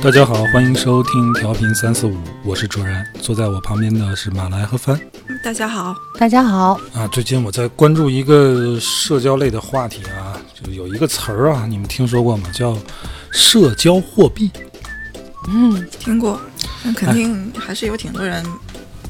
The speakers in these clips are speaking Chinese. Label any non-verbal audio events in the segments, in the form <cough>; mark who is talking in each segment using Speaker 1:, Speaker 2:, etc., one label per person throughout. Speaker 1: 大家好，欢迎收听调频三四五，我是卓然。坐在我旁边的是马来和帆。
Speaker 2: 大家好，
Speaker 3: 大家好，
Speaker 1: 啊，最近我在关注一个社交类的话题啊，就有一个词儿啊，你们听说过吗？叫社交货币。
Speaker 3: 嗯，
Speaker 2: 听过，那肯定还是有挺多人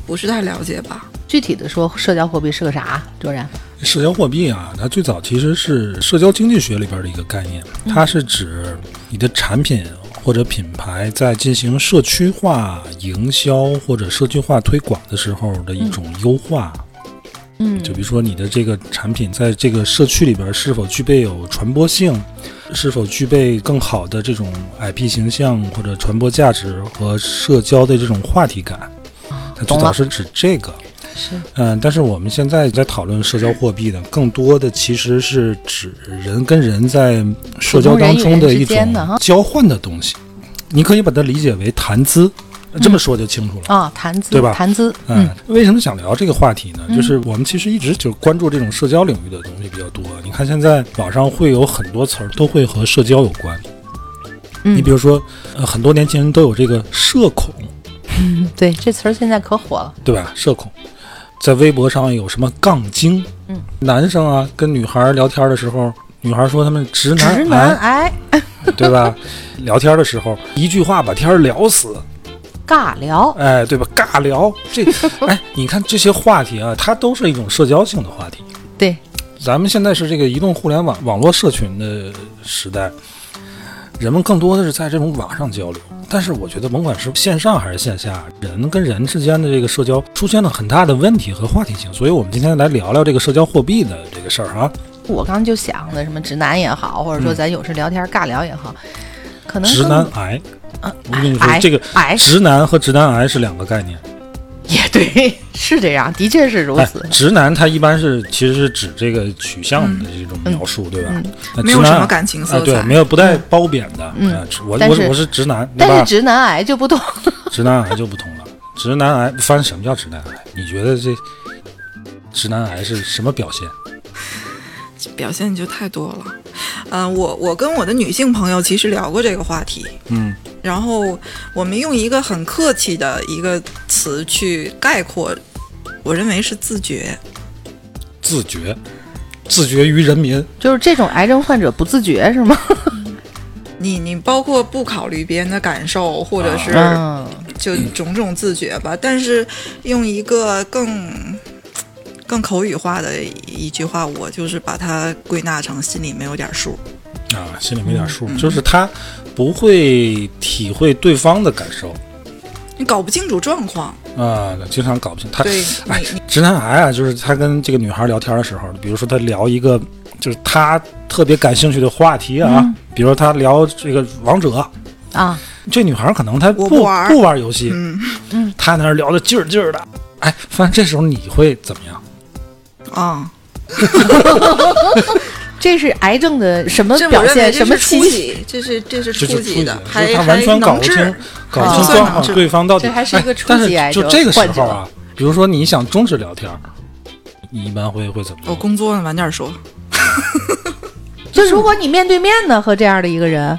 Speaker 2: 不是太了解吧？
Speaker 3: 具体的说，社交货币是个啥？卓然，
Speaker 1: 社交货币啊，它最早其实是社交经济学里边的一个概念，它是指你的产品或者品牌在进行社区化营销或者社区化推广的时候的一种优化。
Speaker 3: 嗯
Speaker 1: 就比如说你的这个产品在这个社区里边是否具备有传播性，是否具备更好的这种 IP 形象或者传播价值和社交的这种话题感。它最
Speaker 3: 懂
Speaker 1: 早
Speaker 3: 了
Speaker 1: 是指这个。
Speaker 3: 是
Speaker 1: 嗯，但是我们现在在讨论社交货币呢，更多的其实是指人跟人在社交当中的一
Speaker 3: 普通人与人之间的
Speaker 1: 种
Speaker 3: 哈
Speaker 1: 交换的东西。你可以把它理解为谈资，这么说就清楚了。
Speaker 3: 啊，谈资，
Speaker 1: 对吧
Speaker 3: 谈资，
Speaker 1: 嗯
Speaker 3: 嗯，，
Speaker 1: 为什么想聊这个话题呢？就是我们其实一直就关注这种社交领域的东西比较多。你看现在网上会有很多词儿都会和社交有关。
Speaker 3: 嗯
Speaker 1: 你比如说，呃，很多年轻人都有这个社恐，嗯
Speaker 3: 对，这词儿现在可火了。
Speaker 1: 对吧？社恐，在微博上有什么杠精？
Speaker 3: 嗯，
Speaker 1: 男生啊跟女孩聊天的时候，女孩说他们直男癌，
Speaker 3: 直男
Speaker 1: 哎
Speaker 3: 癌，
Speaker 1: 对吧？ <laughs> 聊天的时候一句话把天儿聊死，
Speaker 3: 尬聊，
Speaker 1: 哎，对吧？尬聊
Speaker 3: <laughs>
Speaker 1: 这，哎，你看这些话题啊，它都是一种社交性的话题。
Speaker 3: 对，
Speaker 1: 咱们现在是这个移动互联网网络社群的时代，人们更多的是在这种网上交流。但是我觉得，甭管是线上还是线下，人跟人之间的这个社交出现了很大的问题和话题性。所以我们今天来聊聊这个社交货币的这个事儿啊。
Speaker 3: 我刚刚就想的，什么直男也好，或者说咱有时聊天尬聊也好，可能
Speaker 1: 嗯直
Speaker 3: 更
Speaker 1: 男癌，
Speaker 3: 啊
Speaker 1: 我跟你说
Speaker 3: 嗯癌，
Speaker 1: 这个
Speaker 3: 癌
Speaker 1: 直男和直男癌是两个概念。
Speaker 3: 也对，是这样，的确是如
Speaker 1: 哎
Speaker 3: 此，。
Speaker 1: 直男他一般是其实是指这个取向的这种描述，对吧？那
Speaker 2: 没有
Speaker 1: 直男
Speaker 2: 什么感情色
Speaker 1: 啊，对，
Speaker 2: 彩
Speaker 1: 没有不带褒贬的。
Speaker 3: 嗯
Speaker 1: 啊直我
Speaker 3: 但
Speaker 1: 我
Speaker 3: 是
Speaker 1: 我是直男，对
Speaker 3: 但
Speaker 1: 吧
Speaker 3: 是？直男癌就不同，
Speaker 1: 直男癌就不同了，直男癌，翻什么叫直男癌？你觉得这直男癌是什么表现？
Speaker 2: 表现就太多了。嗯、我我跟我的女性朋友其实聊过这个话题，
Speaker 1: 嗯，
Speaker 2: 然后我们用一个很客气的一个词去概括，我认为是自觉。
Speaker 1: 自觉，自觉于人民。
Speaker 3: <laughs> 就是这种癌症患者不自觉是吗？
Speaker 2: 你你包括不考虑别人的感受，或者是
Speaker 3: 嗯，
Speaker 2: 就种种自觉吧，但是用一个更更口语化的一句话，我就是把它归纳成心里没有点数。
Speaker 1: 啊，心里没点
Speaker 2: 嗯
Speaker 1: 数，就是他不会体会对方的感受
Speaker 2: 你搞不清楚状况，
Speaker 1: 啊，经常搞不清他。
Speaker 2: 对
Speaker 1: 哎
Speaker 2: 你你，
Speaker 1: 直男癌啊，就是他跟这个女孩聊天的时候，比如说他聊一个就是他特别感兴趣的话题啊，
Speaker 2: 嗯
Speaker 1: 比如说他聊这个王者，
Speaker 3: 啊，
Speaker 1: 这女孩可能她
Speaker 2: 我
Speaker 1: 不
Speaker 2: 不玩儿
Speaker 1: 不玩游戏，
Speaker 2: 嗯
Speaker 3: 嗯
Speaker 1: 她那儿聊的劲儿劲儿的。哎，反正这时候你会怎么样？
Speaker 3: 嗯
Speaker 2: 啊，
Speaker 3: 这是癌症的什么
Speaker 2: 这我
Speaker 3: 表
Speaker 2: 认为
Speaker 3: 现？
Speaker 2: 这
Speaker 3: 什
Speaker 2: 是
Speaker 3: 么
Speaker 2: 初
Speaker 3: 期？
Speaker 2: 级，这是这是
Speaker 1: 这是
Speaker 2: 初
Speaker 1: 初
Speaker 2: 级
Speaker 1: 级
Speaker 2: 的，
Speaker 1: 就是
Speaker 2: 还
Speaker 1: 她
Speaker 2: 还
Speaker 1: 完全搞
Speaker 2: 能
Speaker 1: 不清
Speaker 2: 治。
Speaker 1: 搞不
Speaker 2: 啊
Speaker 1: 清
Speaker 2: 算
Speaker 1: 状
Speaker 2: 能
Speaker 1: 况，
Speaker 2: 治
Speaker 1: 对方到底。哎
Speaker 3: 这还是一个初
Speaker 1: 但
Speaker 3: 级癌
Speaker 1: 是就
Speaker 3: 症
Speaker 1: 这个时
Speaker 3: 患
Speaker 1: 候
Speaker 3: 者
Speaker 1: 啊，比如说你想终止聊天儿，你一般会会怎么
Speaker 2: 我
Speaker 1: 样？
Speaker 2: 工作呢，晚点说。
Speaker 3: 就如果你面对面的和这样的一个人，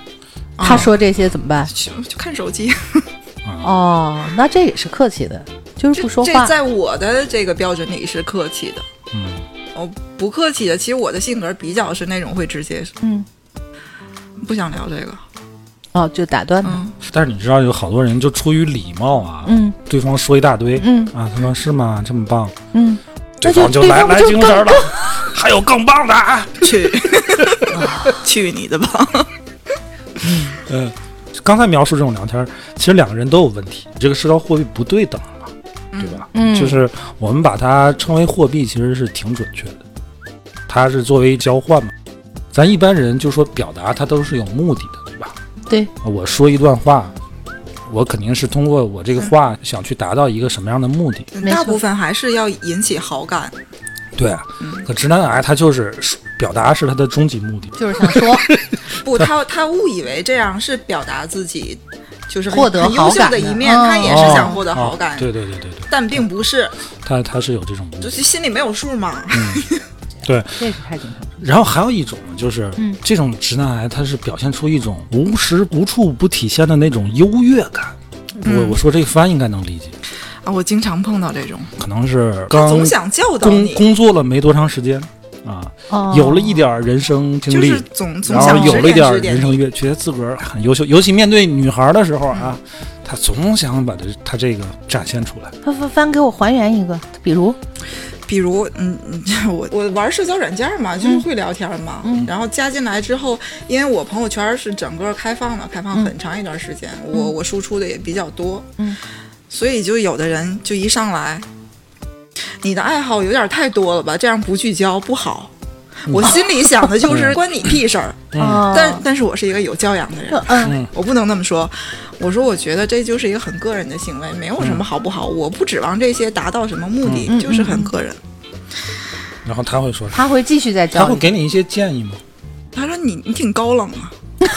Speaker 3: 他说这些怎么办？
Speaker 2: 就就看手机，
Speaker 3: 哦，那这也是客气的，就
Speaker 2: 这
Speaker 3: 是不说
Speaker 2: 这
Speaker 3: 话。
Speaker 2: 在我的这个标准里是客气的。
Speaker 1: 嗯，
Speaker 2: 我不客气的，其实我的性格比较是那种会直接，
Speaker 3: 嗯，
Speaker 2: 不想聊这个。
Speaker 3: 哦，就打断他。
Speaker 2: 嗯，
Speaker 1: 但是你知道有好多人就出于礼貌啊，
Speaker 3: 嗯
Speaker 1: 对方说一大堆
Speaker 3: 嗯
Speaker 1: 啊，他说是吗？这么棒，
Speaker 3: 嗯，
Speaker 1: 对
Speaker 3: 那就
Speaker 1: 方就
Speaker 3: 对
Speaker 1: 来
Speaker 3: 方
Speaker 1: 来
Speaker 3: 就
Speaker 1: 精
Speaker 3: 更 <laughs>
Speaker 1: 神了， <laughs> 还有更棒的啊！
Speaker 2: 去，去你的吧！
Speaker 1: 呃，刚才描述这种聊天儿，其实两个人都有问题，这个社交货币不对等了，对吧？
Speaker 3: 嗯
Speaker 1: 就是我们把它称为货币，其实是挺准确的，它是作为交换嘛。咱一般人就说表达，它都是有目的的，对吧？
Speaker 3: 对，
Speaker 1: 我说一段话，我肯定是通过我这个
Speaker 2: 嗯
Speaker 1: 话想去达到一个什么样的目的，
Speaker 3: 没错
Speaker 2: 大部分还是要引起好感。嗯
Speaker 1: 对啊。可直男癌他就是说表达是他的终极目的。
Speaker 3: 就是想说
Speaker 2: 不，他他误以为这样是表达自己，就是很
Speaker 3: 获得
Speaker 2: 很
Speaker 3: 好
Speaker 2: 优秀
Speaker 3: 感
Speaker 2: 的
Speaker 3: 的
Speaker 2: 一面，
Speaker 3: 哦
Speaker 2: 他也是想获得好
Speaker 1: 哦
Speaker 2: 感
Speaker 1: 嗯哦，对对对对对，
Speaker 2: 但并不是，
Speaker 1: 他他是有这种目
Speaker 2: 就
Speaker 1: 的。
Speaker 2: 是心里没有数嘛。
Speaker 1: 嗯
Speaker 3: 这是太紧张了。
Speaker 1: 然后还有一种呢，就是、
Speaker 3: 嗯
Speaker 1: 这种直男癌，他是表现出一种无时无处不体现的那种优越感。
Speaker 2: 嗯
Speaker 1: 我我说这个翻译应该能理解，
Speaker 2: 啊，我经常碰到这种，
Speaker 1: 可能是
Speaker 2: 他
Speaker 1: 刚
Speaker 2: 总想教导
Speaker 1: 工
Speaker 2: 你，
Speaker 1: 工作了没多长时间啊，
Speaker 3: 哦
Speaker 1: 有了一点儿人生经
Speaker 2: 就
Speaker 1: 历，
Speaker 2: 是总总
Speaker 1: 然后
Speaker 2: 想
Speaker 1: 有
Speaker 2: 指
Speaker 1: 了一
Speaker 2: 点
Speaker 1: 点儿
Speaker 2: 指点
Speaker 1: 人生
Speaker 2: 你。
Speaker 1: 阅，觉得自个儿很
Speaker 2: 嗯
Speaker 1: 优秀，尤其面对女孩儿的时候啊，他总想把这他这个展现出来。
Speaker 3: 翻翻翻给我还原一个，比如
Speaker 2: 比如，嗯，嗯 <laughs> 我我玩社交软件嘛，
Speaker 3: 嗯
Speaker 2: 就是会聊天嘛。然后加进来之后，因为我朋友圈是整个开放的，开放很长一段时间，我我输出的也比较多，
Speaker 3: 嗯，
Speaker 2: 所以就有的人就一上来，你的爱好有点太多了吧，这样不聚焦不好。
Speaker 3: 嗯
Speaker 2: 我心里想的就是
Speaker 1: 嗯
Speaker 2: 关你屁事儿，
Speaker 1: 嗯
Speaker 3: 啊，
Speaker 2: 但但是我是一个有教养的人，
Speaker 3: 嗯
Speaker 2: 我不能那么说。我说，我觉得这就是一个很个人的行为，没有什么好不好。我不指望这些达到什么目的，
Speaker 3: 嗯嗯嗯
Speaker 2: 就是很个人。
Speaker 1: 然后他会说，
Speaker 3: 他会继续再
Speaker 1: 他
Speaker 3: 教
Speaker 1: 会
Speaker 3: 你。
Speaker 1: 给你一些建议吗？
Speaker 2: 他说你你挺高冷啊。 <laughs>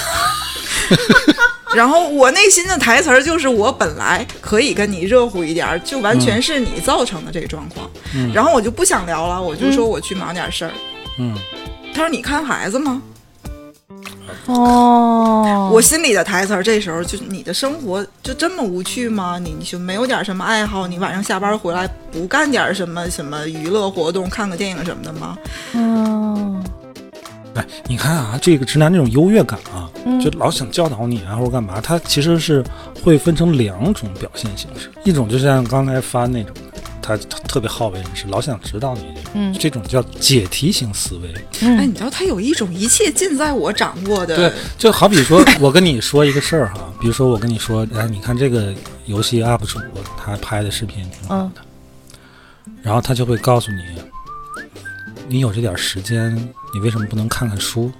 Speaker 2: 然后我内心的台词儿就是，我本来可以跟你热乎一点儿，就完全是你造成的这个状况。
Speaker 1: 嗯
Speaker 2: 然后我就不想聊了，我就说我去忙点事儿。
Speaker 1: 嗯，
Speaker 2: 他说你看孩子吗？
Speaker 1: 嗯
Speaker 3: 哦，
Speaker 2: 我心里的台词儿这时候就是你的生活就这么无趣吗？你你就没有点什么爱好？你晚上下班回来不干点什么什么娱乐活动，看个电影什么的吗？
Speaker 3: 嗯
Speaker 1: 哎，你看啊，这个直男这种优越感啊，
Speaker 3: 嗯
Speaker 1: 就老想教导你啊，或者干嘛，他其实是会分成两种表现形式，一种就像刚才翻那种的，他他特别好为人师，老想指导你，
Speaker 3: 嗯
Speaker 1: 这种叫解题型思维。
Speaker 2: 哎，
Speaker 3: 嗯
Speaker 2: 你知道他有一种一切尽在我掌握的
Speaker 1: 对，就好比说，我跟你说一个事儿哈，比如说我跟你说，哎，你看这个游戏 UP 主他拍的视频
Speaker 3: 嗯
Speaker 1: 挺好
Speaker 2: 哎
Speaker 1: 的，然后他就会告诉你，你有这点时间，你为什么不能看看书？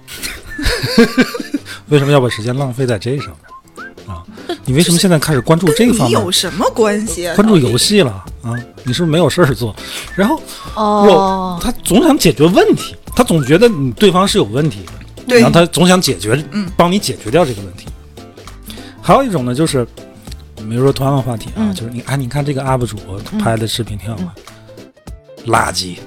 Speaker 1: <laughs> 为什么要把时间浪费在这上面啊？你为什么现在开始关注这
Speaker 2: <laughs> 你
Speaker 1: 方面
Speaker 2: 有？啊什么关系？
Speaker 1: 关注游戏了啊？你是不是没有事儿做？ <laughs> 然后
Speaker 3: 哦，
Speaker 1: 他总想解决问题，他总觉得你对方是有问题的，
Speaker 2: 对
Speaker 1: 然后他总想解决，
Speaker 2: 嗯
Speaker 1: 帮你解决掉这个问题。还有一种呢，就是比如说同样的话题啊，
Speaker 3: 嗯
Speaker 1: 就是你哎，你看这个 UP 主他拍的视频挺好看，
Speaker 2: 嗯
Speaker 1: 垃圾。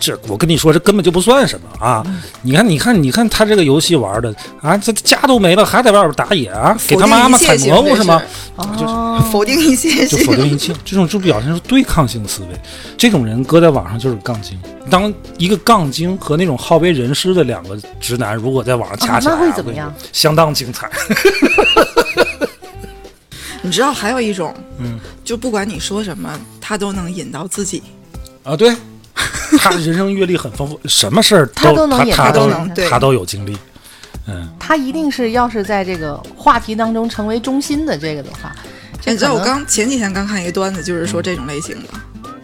Speaker 1: 这我跟你说，这根本就不算什么啊！
Speaker 2: 嗯
Speaker 1: 你看，你看，你看他这个游戏玩的啊，这家都没了，还在外边打野啊，给他妈妈
Speaker 2: 否定
Speaker 1: 采
Speaker 2: 一切
Speaker 1: 蘑菇是
Speaker 2: 行为
Speaker 1: 吗？就是
Speaker 3: 哦，
Speaker 2: 否定一
Speaker 3: <laughs>
Speaker 2: 切
Speaker 1: 就否定一切， <laughs> 这种就表现出对抗性思维。这种人搁在网上就是杠精。当一个杠精和那种好为人师的两个直男如果在网上掐起来、啊
Speaker 3: 哦那会怎么样？
Speaker 1: 相当精彩。
Speaker 2: 你知道还有一种，
Speaker 1: 嗯，
Speaker 2: 就不管你说什么，他都能引到自己。
Speaker 1: 啊，对， <laughs> 他人生阅历很丰富，什么事儿
Speaker 3: 他都能
Speaker 1: 他
Speaker 3: 演
Speaker 1: 他
Speaker 3: 他
Speaker 1: 都
Speaker 2: 都能对
Speaker 1: 他都有经历。嗯，
Speaker 3: 他一定是要是在这个话题当中成为中心的这个的话，这
Speaker 2: 哎你知道
Speaker 3: 可
Speaker 2: 我
Speaker 3: 能
Speaker 2: 刚前几天刚看一个段子，就是说这种类型的。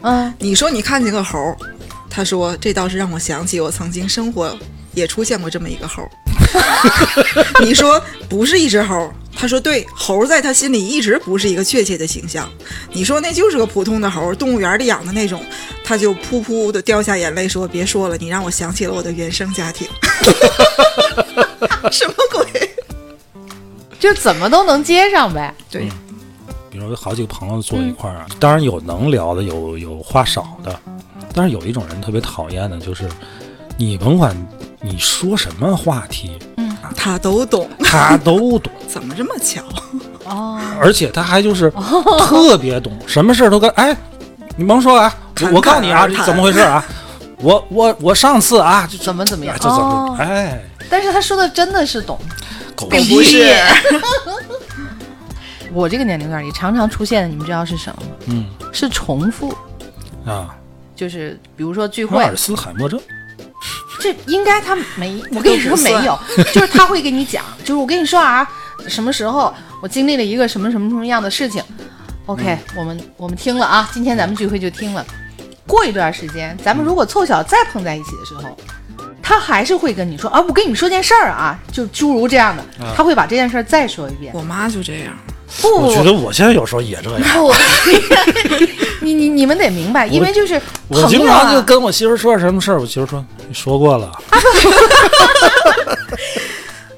Speaker 3: 嗯
Speaker 2: 你说你看见个猴儿，他说这倒是让我想起我曾经生活也出现过这么一个猴 <laughs> 儿。你说不是一只猴儿，他说对，猴儿在他心里一直不是一个确切的形象。你说那就是个普通的猴儿，动物园里养的那种，他就噗噗的掉下眼泪说：“别说了，你让我想起了我的原生家 <laughs> 庭。”什么鬼？
Speaker 3: 就怎么都能接上呗。
Speaker 2: 对，
Speaker 1: 比如说有好几个朋友坐
Speaker 3: 嗯
Speaker 1: 一块儿啊，当然有能聊的，有有话少的，但是有一种人特别讨厌的，就是你甭管你说什么话题，
Speaker 2: 他都懂，
Speaker 1: 他都懂。
Speaker 2: 怎么这么巧？
Speaker 3: 哦，
Speaker 1: 而且他还就是特别
Speaker 3: <laughs>
Speaker 1: 懂，什么事儿都跟哎，你甭说啊，我
Speaker 2: 侃
Speaker 1: 我告诉你啊，
Speaker 2: 侃而谈
Speaker 1: 怎么回事
Speaker 3: <laughs>
Speaker 1: 啊？我我我上次啊，就
Speaker 3: 怎么怎么样
Speaker 1: 哎就怎么
Speaker 3: 哦
Speaker 1: 哎，
Speaker 3: 但是他说的真的是懂。
Speaker 1: 狗
Speaker 2: 并
Speaker 1: 屁
Speaker 2: 不是，
Speaker 3: 我这个年龄段里常常出现的，你们知道是什么吗？
Speaker 1: 嗯
Speaker 3: 是重复，
Speaker 1: 啊，
Speaker 3: 就是比如说聚
Speaker 1: 阿
Speaker 3: 会
Speaker 1: 尔，茨海默症，
Speaker 3: 这应该他没，我跟你说没有，就是他会跟你讲，就是我跟你说啊，什么时候我经历了一个什么什么什么样的事情，OK，、我
Speaker 1: 嗯
Speaker 3: 们我们听了啊，今天咱们聚会就听了，过一段时间，咱们如果凑巧再碰在一起的时候。他还是会跟你
Speaker 1: 嗯
Speaker 3: 说啊，我跟你说件事儿啊，就诸如这样的，他会把这件事儿再说一遍。
Speaker 2: 我妈就这样，
Speaker 3: 不
Speaker 1: 我
Speaker 3: 不
Speaker 1: 觉得我现在有时候也这
Speaker 3: <laughs>
Speaker 1: 样，
Speaker 3: 不，你你你们得明白，因为就是
Speaker 1: 我
Speaker 3: 朋
Speaker 1: 经
Speaker 3: 友
Speaker 1: 常就
Speaker 3: 啊，
Speaker 1: 跟我媳妇说点什么事儿，我媳妇说你说过了，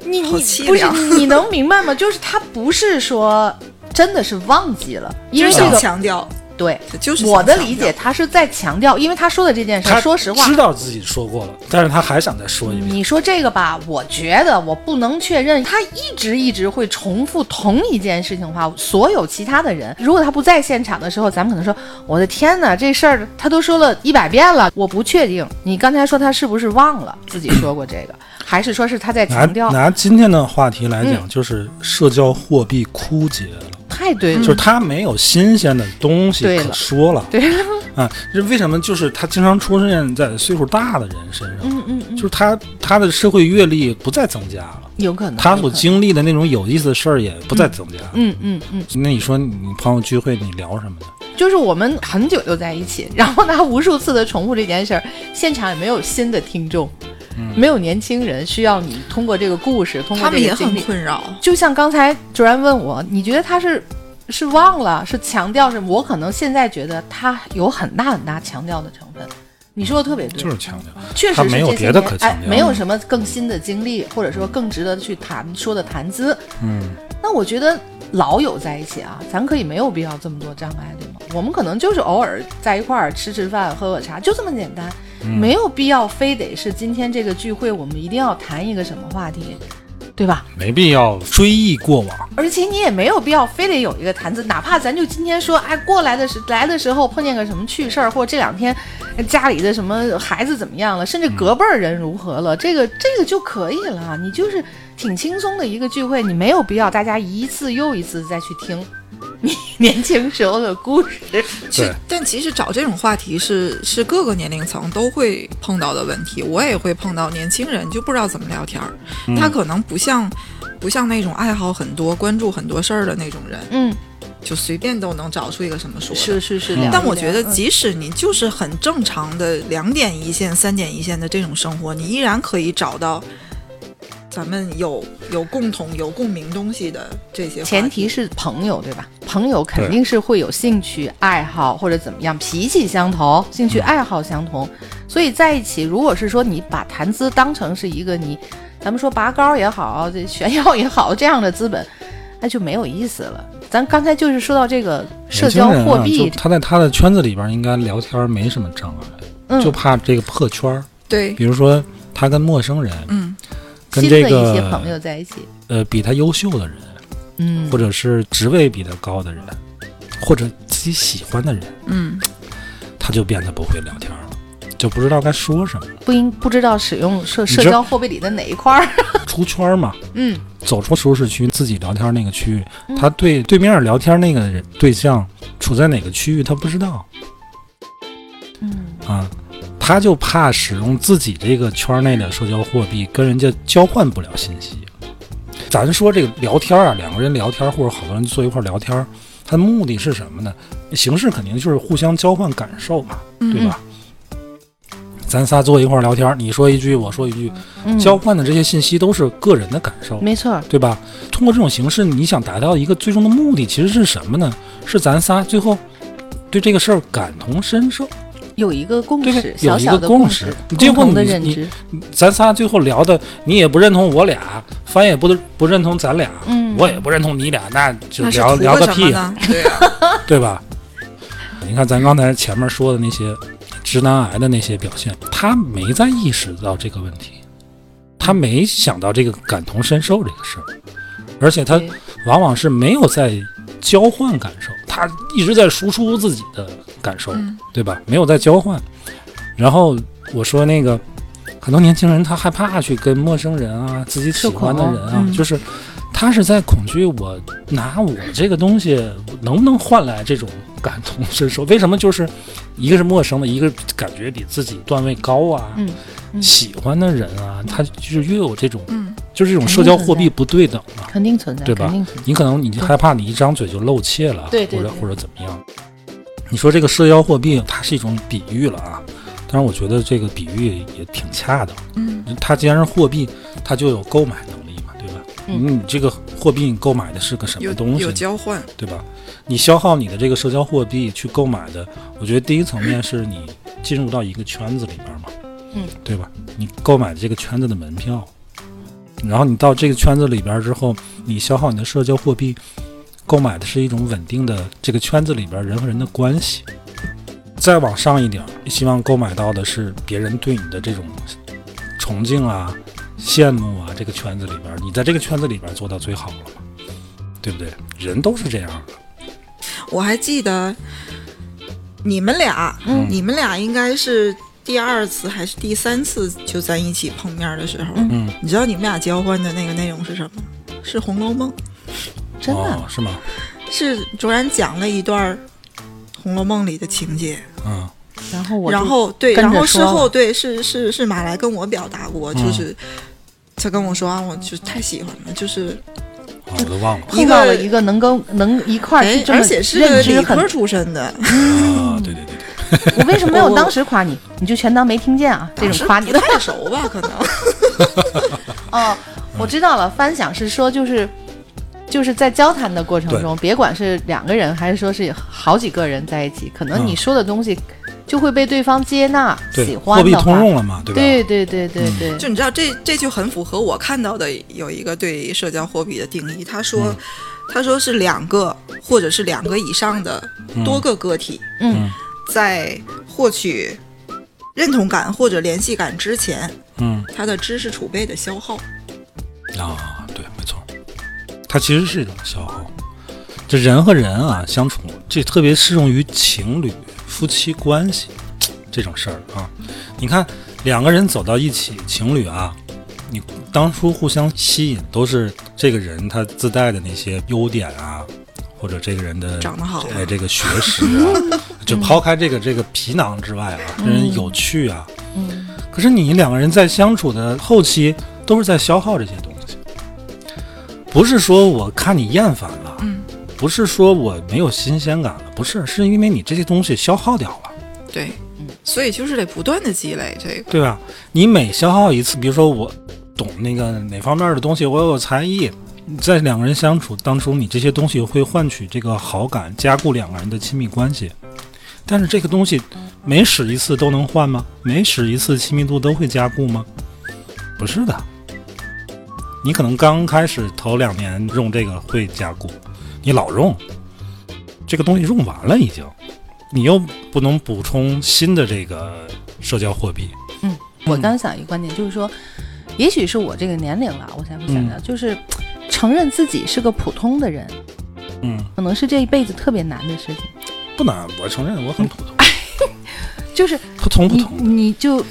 Speaker 3: 你你
Speaker 2: 好
Speaker 3: 不
Speaker 2: 凄
Speaker 3: 是
Speaker 2: 凉
Speaker 3: 你你能明白吗？就是他不是说真的是忘记了，因
Speaker 2: 就
Speaker 3: 为
Speaker 2: 是
Speaker 3: 这
Speaker 2: 想
Speaker 3: 个
Speaker 2: 强调，
Speaker 3: 对，
Speaker 2: 就是
Speaker 3: 我的
Speaker 2: 想强
Speaker 3: 理
Speaker 2: 调
Speaker 3: 解，他是在强调，因为他说的这件事
Speaker 1: 她
Speaker 3: 儿，说实话嗯
Speaker 1: 知，道自己说过了，但是她还想再说一遍。
Speaker 3: 你说这个吧，我觉得我不能确认，他一直一直会重复同一件事情的话，所有其他的人，如果他不在现场的时候，咱们可能说，我的天哪，这事儿他都说了一百遍了，我不确定。你刚才说他是不是忘了自己说过这个，还是说是他在
Speaker 1: 拿
Speaker 3: 强调？嗯
Speaker 1: 拿今天的话题来讲，就是社交货币枯竭了，
Speaker 3: 太对
Speaker 1: 就
Speaker 3: 了，
Speaker 1: 是他没有新鲜的东西
Speaker 3: 嗯对
Speaker 1: 可
Speaker 3: 了
Speaker 1: 说了
Speaker 3: 对 <laughs> 了，
Speaker 1: 啊。这为什么就是他经常出现在岁数大的人身上？啊
Speaker 3: 嗯嗯嗯，
Speaker 1: 就是他他的社会阅历不再增加了，
Speaker 3: 有可能。
Speaker 1: 他
Speaker 3: 有可
Speaker 1: 所
Speaker 3: 能，
Speaker 1: 经历的那种有意思的事儿也不再增加。
Speaker 3: 嗯嗯嗯，
Speaker 1: 那你说你朋友聚会你聊什么呢？
Speaker 3: 就是我们很久就在一起，然后他无数次的重复这件事儿，现场也没有新的听众，
Speaker 1: 嗯
Speaker 3: 没有年轻人需要你通过这个故事，通过
Speaker 2: 他们
Speaker 3: 这
Speaker 2: 也
Speaker 3: 个经
Speaker 2: 很
Speaker 3: 历。
Speaker 2: 困扰。
Speaker 3: 就像刚才卓然问我，你觉得他是是忘了，是强调什么？我可能现在觉得他有很大很大强调的成分。你说的特别对，
Speaker 1: 就是强调，
Speaker 3: 确实
Speaker 1: 他
Speaker 3: 是
Speaker 1: 没有
Speaker 3: 这些
Speaker 1: 别的
Speaker 3: 年
Speaker 1: 可强
Speaker 3: 哎
Speaker 1: 调，
Speaker 3: 没有什么更新的经历，或者说更值得去谈说的谈资。
Speaker 1: 嗯，
Speaker 3: 那我觉得老友在一起啊，咱可以没有必要这么多障碍，对吗？我们可能就是偶尔在一块儿吃吃饭、喝喝茶，就这么简单，
Speaker 1: 嗯
Speaker 3: 没有必要非得是今天这个聚会我们一定要谈一个什么话题，对吧？
Speaker 1: 没必要追忆过往。
Speaker 3: 而且你也没有必要非得有一个谈资，哪怕咱就今天说，哎，过来的时来的时候碰见个什么趣事儿，或这两天哎家里的什么孩子怎么样了，甚至隔辈儿人如何了，这个这个就可以了。你就是挺轻松的一个聚会，你没有必要大家一次又一次再去听你年轻时候的故事。
Speaker 2: 其
Speaker 1: 对
Speaker 2: 但其实找这种话题是是各个年龄层都会碰到的问题，我也会碰到年轻人就不知道怎么聊天儿，
Speaker 1: 嗯
Speaker 2: 他可能不像不像那种爱好很多、关注很多事儿的那种人，
Speaker 3: 嗯，
Speaker 2: 就随便都能找出一个什么说的。
Speaker 3: 是是是，聊一
Speaker 2: 但我
Speaker 3: 聊
Speaker 2: 觉得，
Speaker 3: 嗯
Speaker 2: 即使你就是很正常的两点一线、三点一线的这种生活，你依然可以找到咱们有有共同、有共鸣东西的这些话
Speaker 3: 前
Speaker 2: 题。
Speaker 3: 提是朋友，对吧？朋友肯
Speaker 1: 对
Speaker 3: 定是会有兴趣爱好或者怎么样，脾气相投，兴
Speaker 1: 嗯
Speaker 3: 趣爱好相同，所以在一起，如果是说你把谈资当成是一个你，咱们说拔高也好，这炫耀也好，这样的资本，那就没有意思了。咱刚才就是说到这个社交
Speaker 1: 年轻人
Speaker 3: 货
Speaker 1: 啊
Speaker 3: 币，
Speaker 1: 就他在他的圈子里边应该聊天没什么障碍，
Speaker 3: 嗯
Speaker 1: 就怕这个破圈儿。
Speaker 2: 对，
Speaker 1: 比如说他跟陌生人，
Speaker 2: 嗯，
Speaker 1: 跟
Speaker 3: 新
Speaker 1: 这
Speaker 3: 的一些朋
Speaker 1: 个
Speaker 3: 友在一起，
Speaker 1: 呃比他优秀的人，
Speaker 3: 嗯
Speaker 1: 或，者是职位比他高的人，或者自己喜欢的人，
Speaker 2: 嗯，
Speaker 1: 他就变得不会聊天了。就不知道该说什么了，
Speaker 3: 不应不知道使用社
Speaker 1: 知
Speaker 3: 社交货币里的哪一块儿，
Speaker 1: 出圈儿嘛，
Speaker 3: 嗯，
Speaker 1: 走出舒适区，自己聊天那个区域，他对对面聊天那个人对象处在哪个区域，他不知道，
Speaker 3: 嗯，
Speaker 1: 啊，他就怕使用自己这个圈内的社交货币跟人家交换不了信息。咱说这个聊天啊，两个人聊天或者好多人坐一块儿聊天，他的目的是什么呢？形式肯定就是互相交换感受嘛，对吧？咱仨坐一块儿聊天，你说一句，我说一句，
Speaker 3: 嗯
Speaker 1: 交换的这些信息都是个人的感受。
Speaker 3: 没错儿，
Speaker 1: 对吧？通过这种形式，你想达到一个最终的目的，其实是什么呢？是咱仨最后对这个事儿感同身受，
Speaker 3: 有一个共
Speaker 1: 对对
Speaker 3: 识，
Speaker 1: 有
Speaker 3: 小
Speaker 1: 一
Speaker 3: 小
Speaker 1: 个
Speaker 3: 的
Speaker 1: 共
Speaker 3: 识
Speaker 1: 识，结果
Speaker 3: 共同的
Speaker 1: 你
Speaker 3: 认
Speaker 1: 你
Speaker 3: 知。
Speaker 1: 咱仨最后聊的，你也不认同我俩，帆也不不认同咱俩，
Speaker 3: 嗯
Speaker 1: 我也不认同你俩，那就
Speaker 2: 那是
Speaker 1: 聊
Speaker 2: 图
Speaker 1: 聊个
Speaker 2: 什么
Speaker 1: 屁，
Speaker 2: 呢？对
Speaker 3: <laughs>
Speaker 2: 啊，
Speaker 1: 对吧？你看咱刚才前面说的那些直男癌的那些表现，他没在意识到这个问题，他没想到这个感同身受这个事儿，而且他
Speaker 3: 对
Speaker 1: 往往是没有在交换感受，他一直在输出自己的感受，
Speaker 2: 嗯
Speaker 1: 对吧？没有在交换。然后我说那个，很多年轻人他害怕去跟陌生人啊、自己喜欢的人
Speaker 2: 社
Speaker 1: 啊
Speaker 2: 恐，嗯
Speaker 1: 就是他是在恐惧我拿我这个东西能不能换来这种感同身受？为什么就是一个是陌生的，一个感觉比自己段位高啊，
Speaker 3: 嗯嗯
Speaker 1: 喜欢的人啊，他就是越有这种，
Speaker 2: 嗯，
Speaker 1: 就是这种社交货币不对等啊嘛、
Speaker 3: 肯定存在，
Speaker 1: 对吧
Speaker 3: 肯定存在。
Speaker 1: 你可能你害怕你一张嘴就露怯了，
Speaker 3: 对对
Speaker 1: 或者
Speaker 3: 对
Speaker 1: 或者怎么样？你说这个社交货币，它是一种比喻了啊，但是我觉得这个比喻也挺恰当。
Speaker 2: 嗯，
Speaker 1: 它既然是货币，它就有购买能力嘛，对吧？
Speaker 3: 嗯
Speaker 1: 你这个货币你购买的是个什么
Speaker 2: 有
Speaker 1: 东西
Speaker 2: 有
Speaker 1: 呢，
Speaker 2: 交换，
Speaker 1: 对吧？你消耗你的这个社交货币去购买的，我觉得第一层面是你进入到一个圈子里边嘛，
Speaker 3: 嗯，
Speaker 1: 对吧？你购买这个圈子的门票，然后你到这个圈子里边之后，你消耗你的社交货币，购买的是一种稳定的这个圈子里边人和人的关系。再往上一点儿，希望购买到的是别人对你的这种崇敬啊、羡慕啊。这个圈子里边儿，你在这个圈子里边儿做到最好了嘛，对不对？人都是这样啊的。
Speaker 2: 我还记得你们俩，
Speaker 3: 嗯
Speaker 2: 你们俩应该是第二次还是第三次就咱一起碰面的时候，
Speaker 1: 嗯
Speaker 2: 你知道你们俩交换的那个内容是什么？是《红楼梦
Speaker 3: 真的、
Speaker 1: 哦、是吗？》，
Speaker 2: 是卓然讲了一段儿《红楼梦》里的情节，
Speaker 1: 嗯
Speaker 3: 然后我就
Speaker 2: 然后对，
Speaker 3: 跟着
Speaker 2: 然后事
Speaker 3: 说
Speaker 2: 后
Speaker 3: 了
Speaker 2: 对是是是马来跟我表达过，
Speaker 1: 嗯
Speaker 2: 就是他跟我说啊，我就太喜欢了，就是
Speaker 1: 啊，我都忘了
Speaker 3: 碰到了一个能跟能一块儿
Speaker 2: 哎
Speaker 3: 去，这么
Speaker 2: 而且是个
Speaker 3: 认知
Speaker 2: 理科
Speaker 3: 很，
Speaker 2: 出身的，
Speaker 3: 嗯
Speaker 1: 啊，对对对对，
Speaker 3: 我为什么没有
Speaker 2: <laughs> 我
Speaker 3: 当时夸你？你就全当没听见啊？这
Speaker 2: 当时嗯
Speaker 3: 种
Speaker 2: <laughs>
Speaker 3: 夸你
Speaker 2: 不太熟吧，可能
Speaker 3: <laughs> 哦，我知道了。翻想是说，就是就是在交谈的过程中，别管是两个人还是说是好几个人在一起，可能
Speaker 1: 嗯
Speaker 3: 你说的东西就会被对方接纳、喜
Speaker 1: 对，
Speaker 3: 欢
Speaker 1: 货币
Speaker 3: 的话
Speaker 1: 通用了嘛，对吧？嗯
Speaker 3: 对对对对对
Speaker 2: 就你知道这这就很符合我看到的有一个对社交货币的定义，他说、
Speaker 1: 嗯
Speaker 2: 他说是两个或者是两个以上的
Speaker 1: 嗯
Speaker 2: 多个个体
Speaker 3: 嗯
Speaker 2: 在获取认同感或者联系感之前，
Speaker 1: 嗯
Speaker 2: 他的知识储备的消耗。
Speaker 1: 啊，对，没错，它其实是一种消耗。这人和人啊相处，这特别适用于情侣、夫妻关系这种事儿啊。你看，两个人走到一起，情侣啊，你当初互相吸引都是这个人他自带的那些优点啊，或者这个人的
Speaker 2: 长得好啊
Speaker 1: 哎，这个学识啊， <laughs> 就抛开这个这个皮囊之外啊，
Speaker 2: 嗯
Speaker 1: 这人有趣啊。
Speaker 3: 嗯，
Speaker 1: 可是你两个人在相处的后期，都是在消耗这些东西，不是说我看你厌烦了，
Speaker 2: 嗯
Speaker 1: 不是说我没有新鲜感了，不是，是因为你这些东西消耗掉了，
Speaker 2: 对，所以就是得不断的积累这个。
Speaker 1: 对吧？你每消耗一次，比如说我懂那个哪方面的东西，我有才艺，在两个人相处当中，你这些东西会换取这个好感，加固两个人的亲密关系。但是这个东西每使一次都能换吗？每使一次亲密度都会加固吗？不是的，你可能刚开始头两年用这个会加固，你老用，这个东西用完了已经，你又不能补充新的这个社交货币。
Speaker 3: 我
Speaker 1: 嗯
Speaker 3: 刚想一个观点就是说，也许是我这个年龄了，我才会想到，就是承认自己是个普通的人，
Speaker 1: 嗯，
Speaker 3: 可能是这一辈子特别难的事情。
Speaker 1: 不难，我承认我很普
Speaker 2: 啊
Speaker 1: 通，
Speaker 3: 就是
Speaker 1: 普通普
Speaker 3: 你
Speaker 1: 通。
Speaker 3: 你
Speaker 1: <laughs>
Speaker 3: 就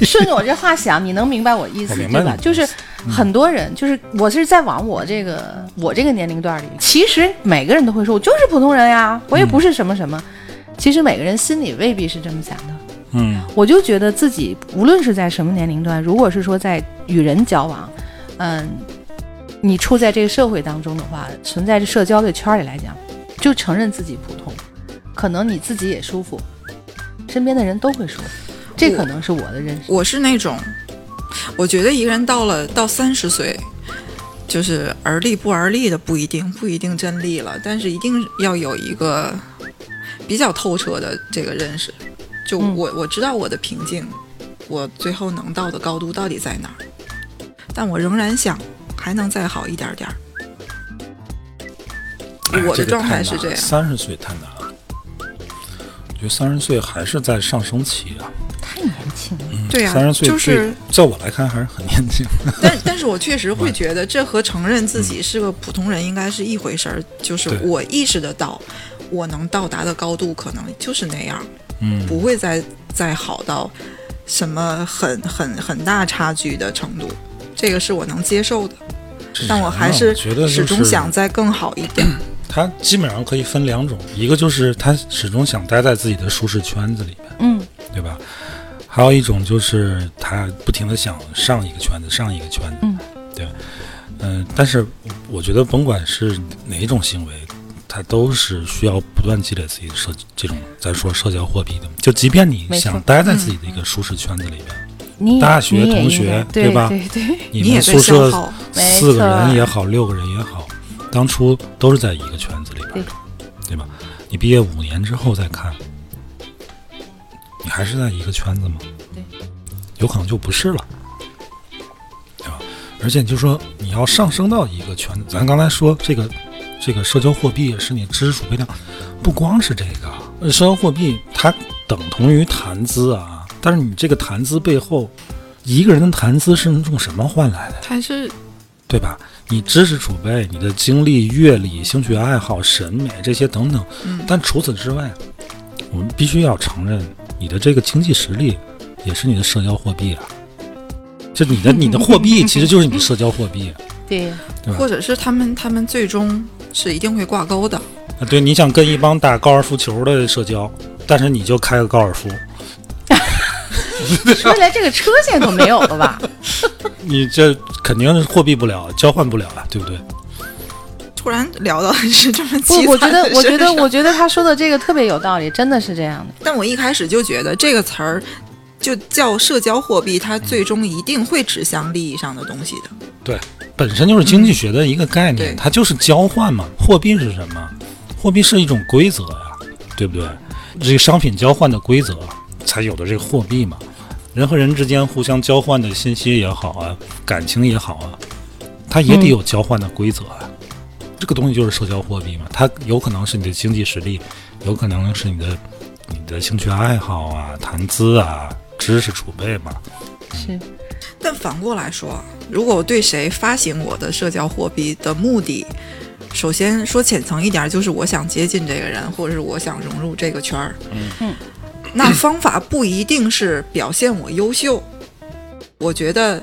Speaker 3: 顺着我这话想，你能明白我意思
Speaker 1: 我
Speaker 3: 对
Speaker 1: 明白
Speaker 3: 吧？
Speaker 1: 你的
Speaker 3: 就
Speaker 1: 意
Speaker 3: 是
Speaker 1: 思嗯
Speaker 3: 很多人，就是我是在往我这个我这个年龄段里，其实每个人都会说，我就是普通人呀，我也
Speaker 1: 嗯
Speaker 3: 不是什么什么。其实每个人心里未必是这么想的。
Speaker 1: 嗯
Speaker 3: 我就觉得自己无论是在什么年龄段，如果是说在与人交往，嗯，你处在这个社会当中的话，存在这社交的圈儿里来讲，就承认自己普通，可能你自己也舒服，身边的人都会舒服，这可能是我的认识。
Speaker 2: 我是那种，我觉得一个人到了到三十岁，就是而立不而立的不一定不一定真立了，但是一定要有一个比较透彻的这个认识。就
Speaker 3: 嗯
Speaker 2: 我、我知道我的瓶颈，我最后能到的高度到底在哪儿，但我仍然想还能再好一点点儿。我的状态是这样，
Speaker 1: 三十岁太难了，我觉得三十岁还是在上升期啊。
Speaker 3: 太年轻了，
Speaker 2: 对呀、
Speaker 1: 嗯三十岁
Speaker 2: 就是
Speaker 1: 对在我来看还是很年轻。
Speaker 2: <laughs> 但但是我确实
Speaker 1: 嗯
Speaker 2: 会觉得，这和承认自己是个普通人应该是一回事儿。就是
Speaker 1: 对
Speaker 2: 我意识得到，我能到达的高度可能就是那样，
Speaker 1: 嗯，
Speaker 2: 不会再再好到什么很很很大差距的程度。这个是我能接受的，
Speaker 1: 这
Speaker 2: 但
Speaker 1: 人
Speaker 2: 我
Speaker 1: 啊
Speaker 2: 还是
Speaker 1: 觉得
Speaker 2: 始终想。再更好一点。
Speaker 1: 他基本上可以分两种，一个就是他始终想待在自己的舒适圈子里面，
Speaker 3: 嗯，
Speaker 1: 对吧？还有一种就是他不停的想上一个圈子，上一个圈子，
Speaker 3: 嗯
Speaker 1: 对吧，嗯、但是我觉得甭管是哪一种行为，他都是需要不断积累自己的社这种咱说社交货币的。就即便你
Speaker 3: 没错嗯
Speaker 1: 想待在自己的一个舒适圈子里面，
Speaker 3: 你 <laughs> 也
Speaker 1: 大学
Speaker 3: 你也
Speaker 1: 同
Speaker 3: 应
Speaker 1: 学
Speaker 3: 该对
Speaker 1: 对吧
Speaker 3: 对对，
Speaker 1: 你
Speaker 2: 你也
Speaker 1: 们
Speaker 2: 在
Speaker 1: 宿舍
Speaker 2: 消耗
Speaker 3: 没
Speaker 1: 四个人
Speaker 3: 错
Speaker 1: 也好，六个人也好，当初都是在一个圈子里边的，对吧？你毕业五年之后再看，你还是在一个圈子吗？
Speaker 3: 对，
Speaker 1: 有可能就不是了，对吧？而且你就说你要上升到一个圈子，咱刚才说这个这个社交货币是你知识储备量，不光是这个，呃社交货币它等同于谈资啊，但是你这个谈资背后。一个人的谈资是用什么换来的？
Speaker 2: 还是
Speaker 1: 对吧？你知识储备、你的经历、阅历、兴趣爱好、审美这些等等，但除此之外，我们必须要承认，你的这个经济实力也是你的社交货币啊。就你的你的货币其实就是你的社交货币啊
Speaker 3: 对
Speaker 2: 或者是他们他们最终是一定会挂钩的。
Speaker 1: 啊。对，你想跟一帮打高尔夫球的社交，但是你就开个高尔夫，
Speaker 3: 说起来这个车现在都没有了吧？ <laughs>
Speaker 1: 你这肯定是货币不了，交换不了啊，对不对？
Speaker 2: 突然聊到 <laughs> 是这么
Speaker 3: 不
Speaker 2: 凄，
Speaker 3: 我觉
Speaker 2: 惨
Speaker 3: 得
Speaker 2: 的，
Speaker 3: 我
Speaker 2: 事
Speaker 3: 觉得，
Speaker 2: 上
Speaker 3: 我觉得他说的这个特别有道理，真的是这样的。
Speaker 2: 但我一开始就觉得这个词儿就叫社交货币，它最终一定会指向利益上的东西的。
Speaker 1: 对，本身就是经济学的一个概念，
Speaker 2: 对
Speaker 1: 它就是交换嘛。货币是什么？货币是一种规则呀、对不对？这个商品交换的规则才有的这个货币嘛。人和人之间互相交换的信息也好啊，感情也好啊，它也得有交换的规则啊。这个东西就是社交货币嘛，它有可能是你的经济实力，有可能是你的你的兴趣爱好啊、谈资啊、知识储备嘛。
Speaker 3: 是，
Speaker 2: 但反过来说，如果我对谁发行我的社交货币的目的，首先说浅层一点，就是我想接近这个人，或者是我想融入这个圈儿。
Speaker 3: 嗯，
Speaker 2: 那方法不一定是表现我优秀，我觉得。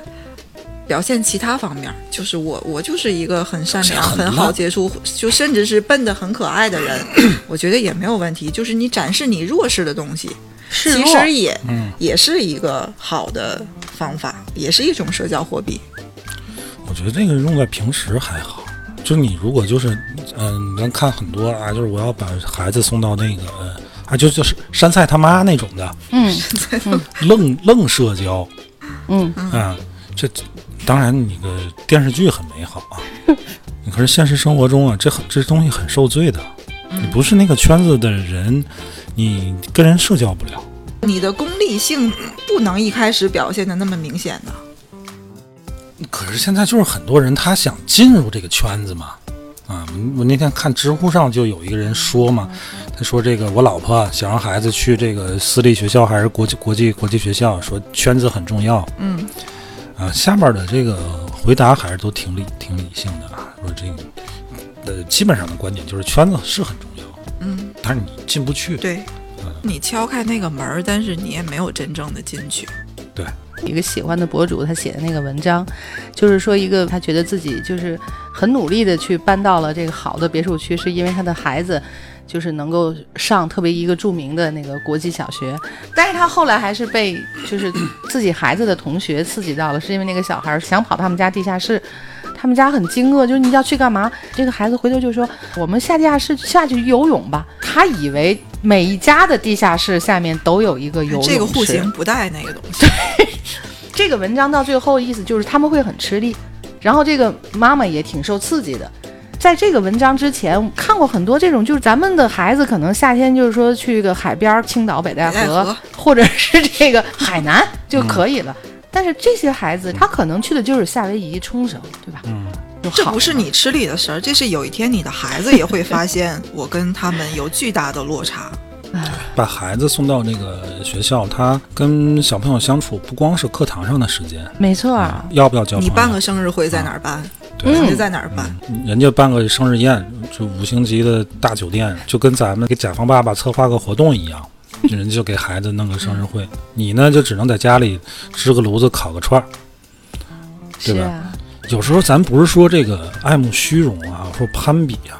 Speaker 2: 表现其他方面，就是我，我就是一个很善良、
Speaker 1: 这很
Speaker 2: 很
Speaker 1: 烂
Speaker 2: 好接触，就甚至是笨的很可爱的人，我觉得也没有问题。就是你展示你弱势的东西，
Speaker 3: 示
Speaker 2: 其
Speaker 3: 弱
Speaker 2: 实也、
Speaker 1: 嗯
Speaker 2: 也是一个好的方法，也是一种社交货币。
Speaker 1: 我觉得这个用在平时还好，就是你如果就是，嗯、咱看很多啊，就是我要把孩子送到那个，呃啊，就就是山菜他妈那种的，
Speaker 3: 嗯
Speaker 1: 愣愣社交
Speaker 3: 嗯，
Speaker 1: 啊、这当然你个电视剧很美好啊， <laughs> 可是现实生活中啊，这很这东西很受罪的，你不是那个圈子的人，你跟人社交不了。
Speaker 2: 你的功利性不能一开始表现的那么明显的，
Speaker 1: 可是现在就是很多人他想进入这个圈子嘛，啊，我我那天看知乎上就有一个人说嘛，他说这个我老婆啊想让孩子去这个私立学校还是国际国际国际学校，说圈子很重要，
Speaker 2: 嗯，
Speaker 1: 啊，下面的这个回答还是都挺理挺理性的啊，说这个呃基本上的观点就是圈子是很重要，
Speaker 2: 嗯，
Speaker 1: 但是你进不去，
Speaker 2: 对。你敲开那个门儿，但是你也没有真正的进去。
Speaker 1: 对，
Speaker 3: 一个喜欢的博主他写的那个文章，就是说一个他觉得自己就是很努力的去搬到了这个好的别墅区，是因为他的孩子就是能够上特别一个著名的那个国际小学，但是他后来还是被就是自己孩子的同学刺激到了，是因为那个小孩想跑他们家地下室。他们家很惊愕，就是你要去干嘛？这个孩子回头就说：“我们下地下室下去游泳吧。”他以为每一家的地下室下面都有一个游泳池。
Speaker 2: 这个户型不带那个东西，
Speaker 3: 这个文章到最后意思就是他们会很吃力，然后这个妈妈也挺受刺激的。在这个文章之前，看过很多这种，就是咱们的孩子可能夏天就是说去个海边儿，青岛、北戴河，
Speaker 2: 北戴河
Speaker 3: 或者是这个海南
Speaker 1: 嗯
Speaker 3: 就可以了。但是这些孩子，他可能去的就是夏威夷、冲绳，对吧？嗯，就
Speaker 2: 这
Speaker 3: 好
Speaker 2: 不是你吃力的事儿，这是有一天你的孩子也会发现，我跟他们有巨大的落差。
Speaker 1: 把孩子送到那个学校，他跟小朋友相处不光是课堂上的时间，
Speaker 3: 没错啊，
Speaker 1: 要不要交朋友？
Speaker 2: 你办个生日会在哪儿办？
Speaker 3: 嗯
Speaker 1: 对
Speaker 2: 你在哪儿办？
Speaker 1: 人家办个生日宴，就五星级的大酒店，就跟咱们给甲方爸爸策划个活动
Speaker 3: <laughs>
Speaker 1: 一样，人家就给孩子弄个生日会，你呢就只能在家里支个炉子烤个串儿。对
Speaker 3: 是
Speaker 1: 吧
Speaker 3: 啊，
Speaker 1: 有时候咱不是说这个爱慕虚荣啊，或攀比啊，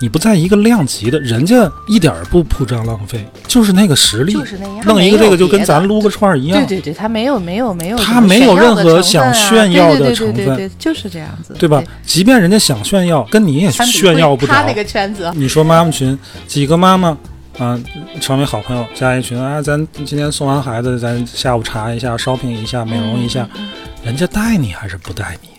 Speaker 1: 你不在一个量级的，人家一点儿不铺张浪费，就是那个实力，
Speaker 3: 就是那样，
Speaker 1: 弄一个这个就跟
Speaker 3: 没有别的
Speaker 1: 咱撸个串儿一样，
Speaker 3: 对对对，他没有没有没有什么
Speaker 1: 他没有
Speaker 3: 炫
Speaker 1: 任
Speaker 3: 耀的
Speaker 1: 何
Speaker 3: 成分啊
Speaker 1: 想炫耀的
Speaker 3: 对对
Speaker 1: 成
Speaker 3: 对对
Speaker 1: 分
Speaker 3: 对对，就是这样子，
Speaker 1: 对吧？即便人家想炫耀，跟你也
Speaker 3: 攀比
Speaker 1: 炫耀不着。
Speaker 3: 他那个圈子，
Speaker 1: 你说妈妈群几个妈妈，啊，成为好朋友，加一群啊，咱今天送完孩子，咱下午茶一下，shopping 一下，美容一
Speaker 3: 嗯
Speaker 1: 下，人家带你还是不带你？ <laughs>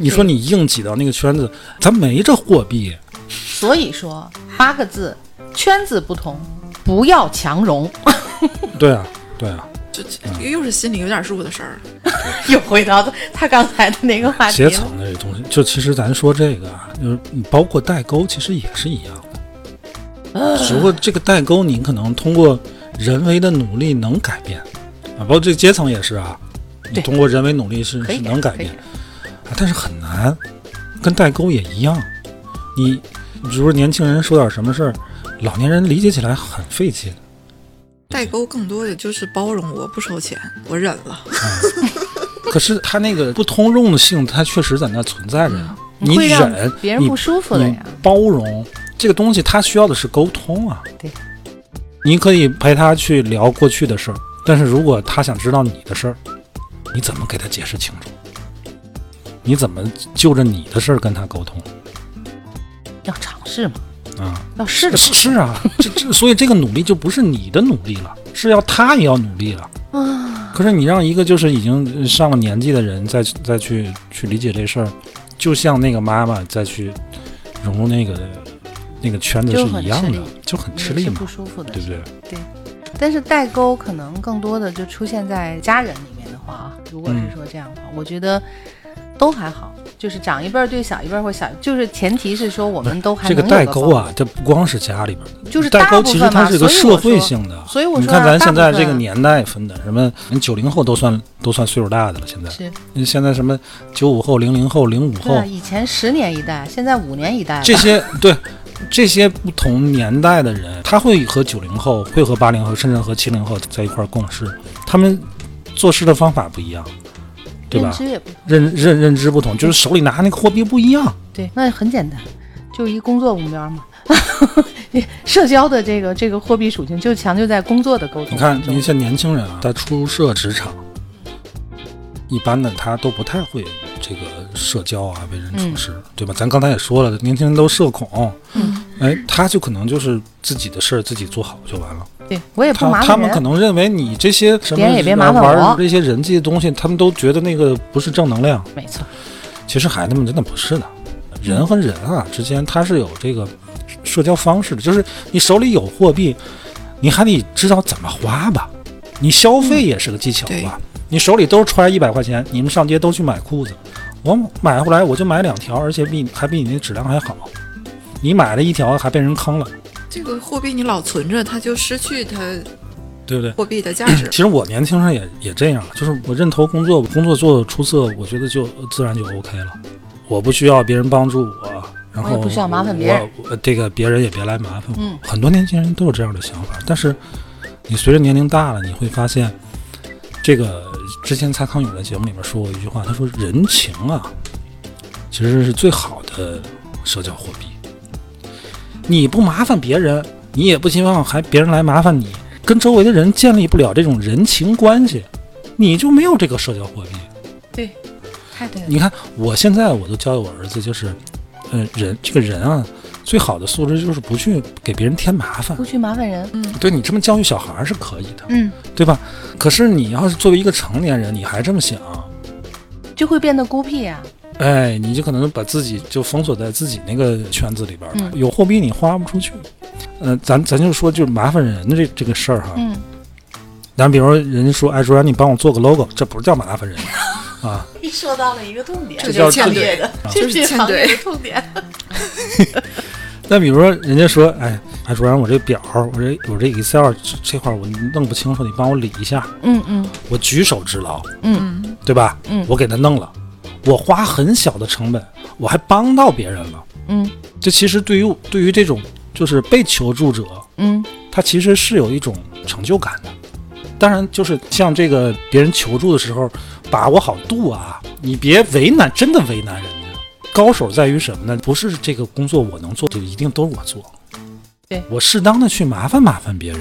Speaker 1: 你说
Speaker 3: 你，
Speaker 1: 你硬挤到那个圈子，咱没这货币。
Speaker 3: 所以说八个字，圈子不同，不要强融。 <laughs>
Speaker 1: 对啊，对啊，
Speaker 2: 就又又是心里有点数的事儿。
Speaker 3: 又回到他刚才的那个话
Speaker 1: <laughs>
Speaker 3: 题
Speaker 1: 阶
Speaker 3: 了，
Speaker 1: 层的这东西，就其实咱说这个啊，就是包括代沟，其实也是一样
Speaker 3: 啊
Speaker 1: 的，只不过这个代沟你可能通过人为的努力能改变啊，包括这个阶层也是啊，你
Speaker 3: 对
Speaker 1: 通过人为努力是
Speaker 3: 可以
Speaker 1: 是能改
Speaker 3: 可以
Speaker 1: 变啊，但是很难，跟代沟也一样，你比如说年轻人说点什么事儿，老年人理解起来很费劲。
Speaker 2: 代沟更多的就是包容我，不收钱，我忍了。
Speaker 1: 可是他那个不通用的性，它确实在那存在着呀。你
Speaker 3: 嗯会让
Speaker 1: 忍，
Speaker 3: 别人
Speaker 1: 你
Speaker 3: 不舒服的呀
Speaker 1: 你包容这个东西，它需要的是沟通啊。
Speaker 3: 对，
Speaker 1: 你可以陪他去聊过去的事儿，但是如果他想知道你的事儿，你怎么给他解释清楚？你怎么就着你的事儿跟他沟通
Speaker 3: 要尝试嘛，
Speaker 1: 啊？
Speaker 3: 要试着嘛
Speaker 1: 是是
Speaker 3: <laughs>
Speaker 1: 啊，这这所以这个努力就不是你的努力了，是要他也要努力了。
Speaker 3: 啊，
Speaker 1: 可是你让一个就是已经上了年纪的人再去再去去理解这事儿，就像那个妈妈再去融入那个那个圈子是
Speaker 3: 就很
Speaker 1: 一样
Speaker 3: 吃
Speaker 1: 的
Speaker 3: 力，
Speaker 1: 就很吃
Speaker 3: 也
Speaker 1: 力
Speaker 3: 是
Speaker 1: 嘛
Speaker 3: 不，舒服的，
Speaker 1: 对不对？
Speaker 3: 但是代沟可能更多的就出现在家人里面的话啊，如果
Speaker 1: 嗯
Speaker 3: 是说这样的话，我觉得都还好，就是长一辈儿对小一辈儿或小，就是前提是说我们都还
Speaker 1: 这
Speaker 3: 能
Speaker 1: 个
Speaker 3: 有
Speaker 1: 代沟
Speaker 3: 包
Speaker 1: 啊，这不光是家里边的，
Speaker 3: 容，就是
Speaker 1: 代
Speaker 3: 大
Speaker 1: 沟
Speaker 3: 部
Speaker 1: 其
Speaker 3: 分
Speaker 1: 实它
Speaker 3: 嘛
Speaker 1: 是一个
Speaker 3: 所以
Speaker 1: 社
Speaker 3: 我
Speaker 1: 会
Speaker 3: 说
Speaker 1: 性的。
Speaker 3: 所以我
Speaker 1: 你
Speaker 3: 说
Speaker 1: 看咱
Speaker 3: 啊大
Speaker 1: 现
Speaker 3: 部
Speaker 1: 在这个
Speaker 3: 分
Speaker 1: 年代分的，什么九零后都算都算岁数大的了，现在
Speaker 3: 是
Speaker 1: 你现在什么九五后、零零后、零五
Speaker 3: 对
Speaker 1: 后
Speaker 3: 啊，，以前十年一代，现在五年一代了，
Speaker 1: 哦这些对这些不同年代的人，他会和九零后、会和八零后，甚至和七零后在一块儿共事，他们做事的方法不一样，对
Speaker 3: 认
Speaker 1: 吧
Speaker 3: 知？也不同
Speaker 1: 认认认知不同，就是手里拿那个货币不一样。
Speaker 3: 对，那很简单，就一工作目标嘛。 <laughs> 你社交的这个这个货币属性就强就在工作的沟通
Speaker 1: 你
Speaker 3: 中。
Speaker 1: 看，您像年轻人啊，在出入社职场，一般的他都不太会这个社交啊，为人处事，对吧？咱刚才也说了，年轻人都社恐，
Speaker 3: 嗯，
Speaker 1: 哎，他就可能就是自己的事儿自己做好就完了。
Speaker 3: 对我也不
Speaker 1: 他
Speaker 3: 麻烦
Speaker 1: 他们可
Speaker 3: 人
Speaker 1: 能认为你这些什么
Speaker 3: 别人也别麻烦
Speaker 1: 玩儿
Speaker 3: 我
Speaker 1: 这些人际的东西，他们都觉得那个不是正能量。
Speaker 3: 没错，
Speaker 1: 其实孩子们真的不是的，人和人啊之间他是有这个社交方式的，就是你手里有货币，你还得知道怎么花吧。你消费也是个技巧
Speaker 3: 嗯
Speaker 2: 对
Speaker 1: 吧？你手里都揣一百块钱，你们上街都去买裤子，我买回来我就买两条，而且比还比你那质量还好。你买了一条还被人坑了，
Speaker 2: 这个货币你老存着，它就失去它
Speaker 1: 对不对？
Speaker 2: 货币的价值
Speaker 3: <coughs>
Speaker 1: 其。实我年轻时候也也这样，就是我认头工作，工作做的出色，我觉得就自然就 OK 了。我不需要别人帮助我，然后
Speaker 3: 我也不需要麻烦别人
Speaker 1: 我，我这个别人也别来麻烦我。
Speaker 3: 嗯
Speaker 1: 很多年轻人都有这样的想法，但是你随着年龄大了，你会发现，这个之前蔡康永在节目里面说过一句话，他说人情啊，其实是最好的社交货币。你不麻烦别人，你也不希望还别人来麻烦你，跟周围的人建立不了这种人情关系，你就没有这个社交货币。
Speaker 3: 对，太对了。
Speaker 1: 你看，我现在我都教育我儿子，就是，呃，人这个人啊，最好的素质就是不去给别人添麻烦
Speaker 3: 不。去麻烦人，
Speaker 1: 对你这么教育小孩儿是可以的，
Speaker 3: 嗯，
Speaker 1: 对吧？可是你要是作为一个成年人，你还这么想，
Speaker 3: 就会变得孤僻啊呀、
Speaker 1: 哎，你就可能把自己就封锁在自己那个圈子里边儿了。
Speaker 3: 嗯
Speaker 1: 有货币你花不出去，呃，咱咱就说就是麻烦人的这这个事儿哈。
Speaker 3: 嗯，
Speaker 1: 咱比如说人家说，哎，卓然你帮我做个 logo，这不是叫麻烦
Speaker 3: <laughs>
Speaker 1: 人啊，
Speaker 3: 你说到了一个痛点
Speaker 1: 这叫
Speaker 2: 欠
Speaker 1: 这
Speaker 2: 怼
Speaker 3: 的，
Speaker 2: 就是欠
Speaker 3: 行业
Speaker 2: 怼
Speaker 3: 的痛点。
Speaker 1: 那比如说，人家说，哎，哎，主任，我这表，我这我这 Excel 这这块儿我弄不清楚，你帮我理一下。
Speaker 3: 嗯嗯
Speaker 1: 我举手之劳，
Speaker 3: 嗯，
Speaker 1: 对吧？
Speaker 3: 嗯
Speaker 1: 我给他弄了，我花很小的成本，我还帮到别人了。
Speaker 3: 嗯
Speaker 1: 这其实对于对于这种就是被求助者，
Speaker 3: 嗯，
Speaker 1: 他其实是有一种成就感的。当然，就是像这个别人求助的时候，把握好度啊，你别为难，真的为难人家。高手在于什么呢？不是这个工作我能做，就一定都是我做。
Speaker 3: 对
Speaker 1: 我适当的去麻烦麻烦别人，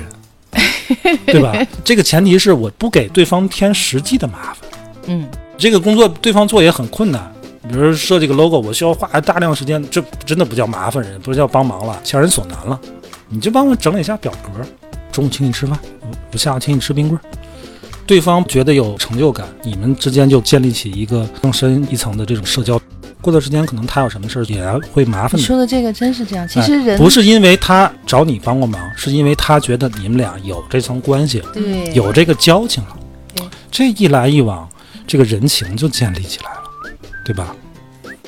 Speaker 1: 对吧？这个前提是我不给对方添实际的麻烦。
Speaker 3: 嗯，
Speaker 1: 这个工作对方做也很困难。比如设计个 logo，我需要花大量时间，这真的不叫麻烦人，不是叫帮忙了，强人所难了。你就帮我整理一下表格，中午请你吃饭，我下午请你吃冰棍儿。对方觉得有成就感，你们之间就建立起一个更深一层的这种社交。过段时间可能他有什么事儿也会麻烦
Speaker 3: 你
Speaker 1: 你。
Speaker 3: 说的这个真是这样，其实
Speaker 1: 哎
Speaker 3: 人、
Speaker 1: 不是因为他找你帮过忙，是因为他觉得你们俩有这层关系，
Speaker 3: 对
Speaker 1: 有这个交情了
Speaker 3: 对。
Speaker 1: 这一来一往，这个人情就建立起来了，对吧？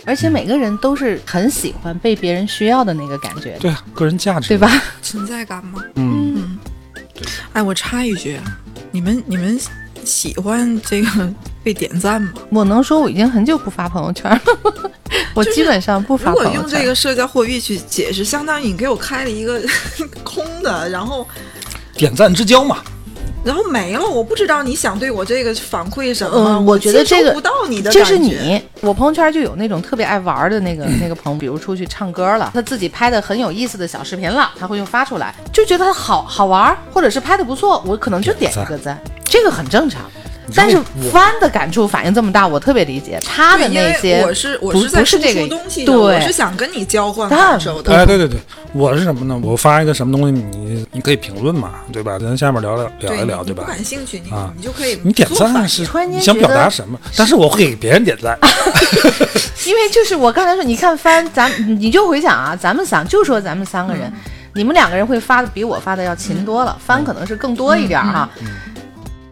Speaker 3: 而且每个人都是很喜欢被别人需要的那个感觉，
Speaker 1: 对啊，个人价值，
Speaker 3: 对吧？？
Speaker 2: 存在感吗？
Speaker 1: 嗯，
Speaker 2: 哎，我插一句，你们你们喜欢这个被点赞吗？
Speaker 3: 我能说我已经很久不发朋友圈了， <laughs> 我基本上不
Speaker 2: 如
Speaker 3: 发
Speaker 2: 果
Speaker 3: 朋友
Speaker 2: 用这
Speaker 3: 圈。
Speaker 2: 个社交货币去解释，相当于你给我开了一个 <laughs> 空的，然后
Speaker 1: <laughs> 点赞之交嘛。
Speaker 2: 然后没了，我不知道你想对我这个反馈什么。
Speaker 3: 嗯，
Speaker 2: 啊我
Speaker 3: 觉得
Speaker 2: 接
Speaker 3: 这
Speaker 2: 收
Speaker 3: 个
Speaker 2: 不到你的
Speaker 3: 这
Speaker 2: 感觉，
Speaker 3: 是你。我朋友圈就有那种特别爱玩的
Speaker 2: <clears throat>
Speaker 3: 那个那个朋友，比如出去唱歌了，他自己拍的很有意思的小视频了，他会就发出来，就觉得他好好玩，或者是拍的不错，我可能就
Speaker 1: 点
Speaker 3: 点
Speaker 1: 赞
Speaker 3: 一个赞，这个很正常。但是
Speaker 1: 我
Speaker 3: 翻的感触反应这么大，我特别理解他
Speaker 2: 对，
Speaker 3: 的
Speaker 2: 因
Speaker 3: 那
Speaker 2: 为
Speaker 3: 些
Speaker 2: 我是我
Speaker 3: 不
Speaker 2: 是在
Speaker 3: 不是
Speaker 2: 输
Speaker 3: 这个
Speaker 2: 出东西的，
Speaker 3: 对
Speaker 2: 我是想跟你交换感受的。
Speaker 1: 哎，对对对，我是什么呢？我发一个什么东西，你你可以评论嘛，对吧？咱下面聊聊哎聊一聊，
Speaker 2: 你
Speaker 1: 对
Speaker 2: 你不
Speaker 1: 吧？
Speaker 2: 感兴趣，你
Speaker 1: 啊
Speaker 2: 你就可以
Speaker 1: 你点
Speaker 2: 做反
Speaker 1: 赞啊 <laughs>
Speaker 2: 应
Speaker 1: 是
Speaker 3: 突然间
Speaker 1: 你想
Speaker 3: 觉
Speaker 1: 表
Speaker 3: 得啊
Speaker 1: 达什么？但是我会给别人点赞，
Speaker 3: 因为就是我刚才说，你看翻咱，你就回想啊，咱们三就说咱们三个人，
Speaker 2: 嗯
Speaker 3: 你们两个人会发的比我发的要勤多了，翻可能是更多一点哈、
Speaker 2: 嗯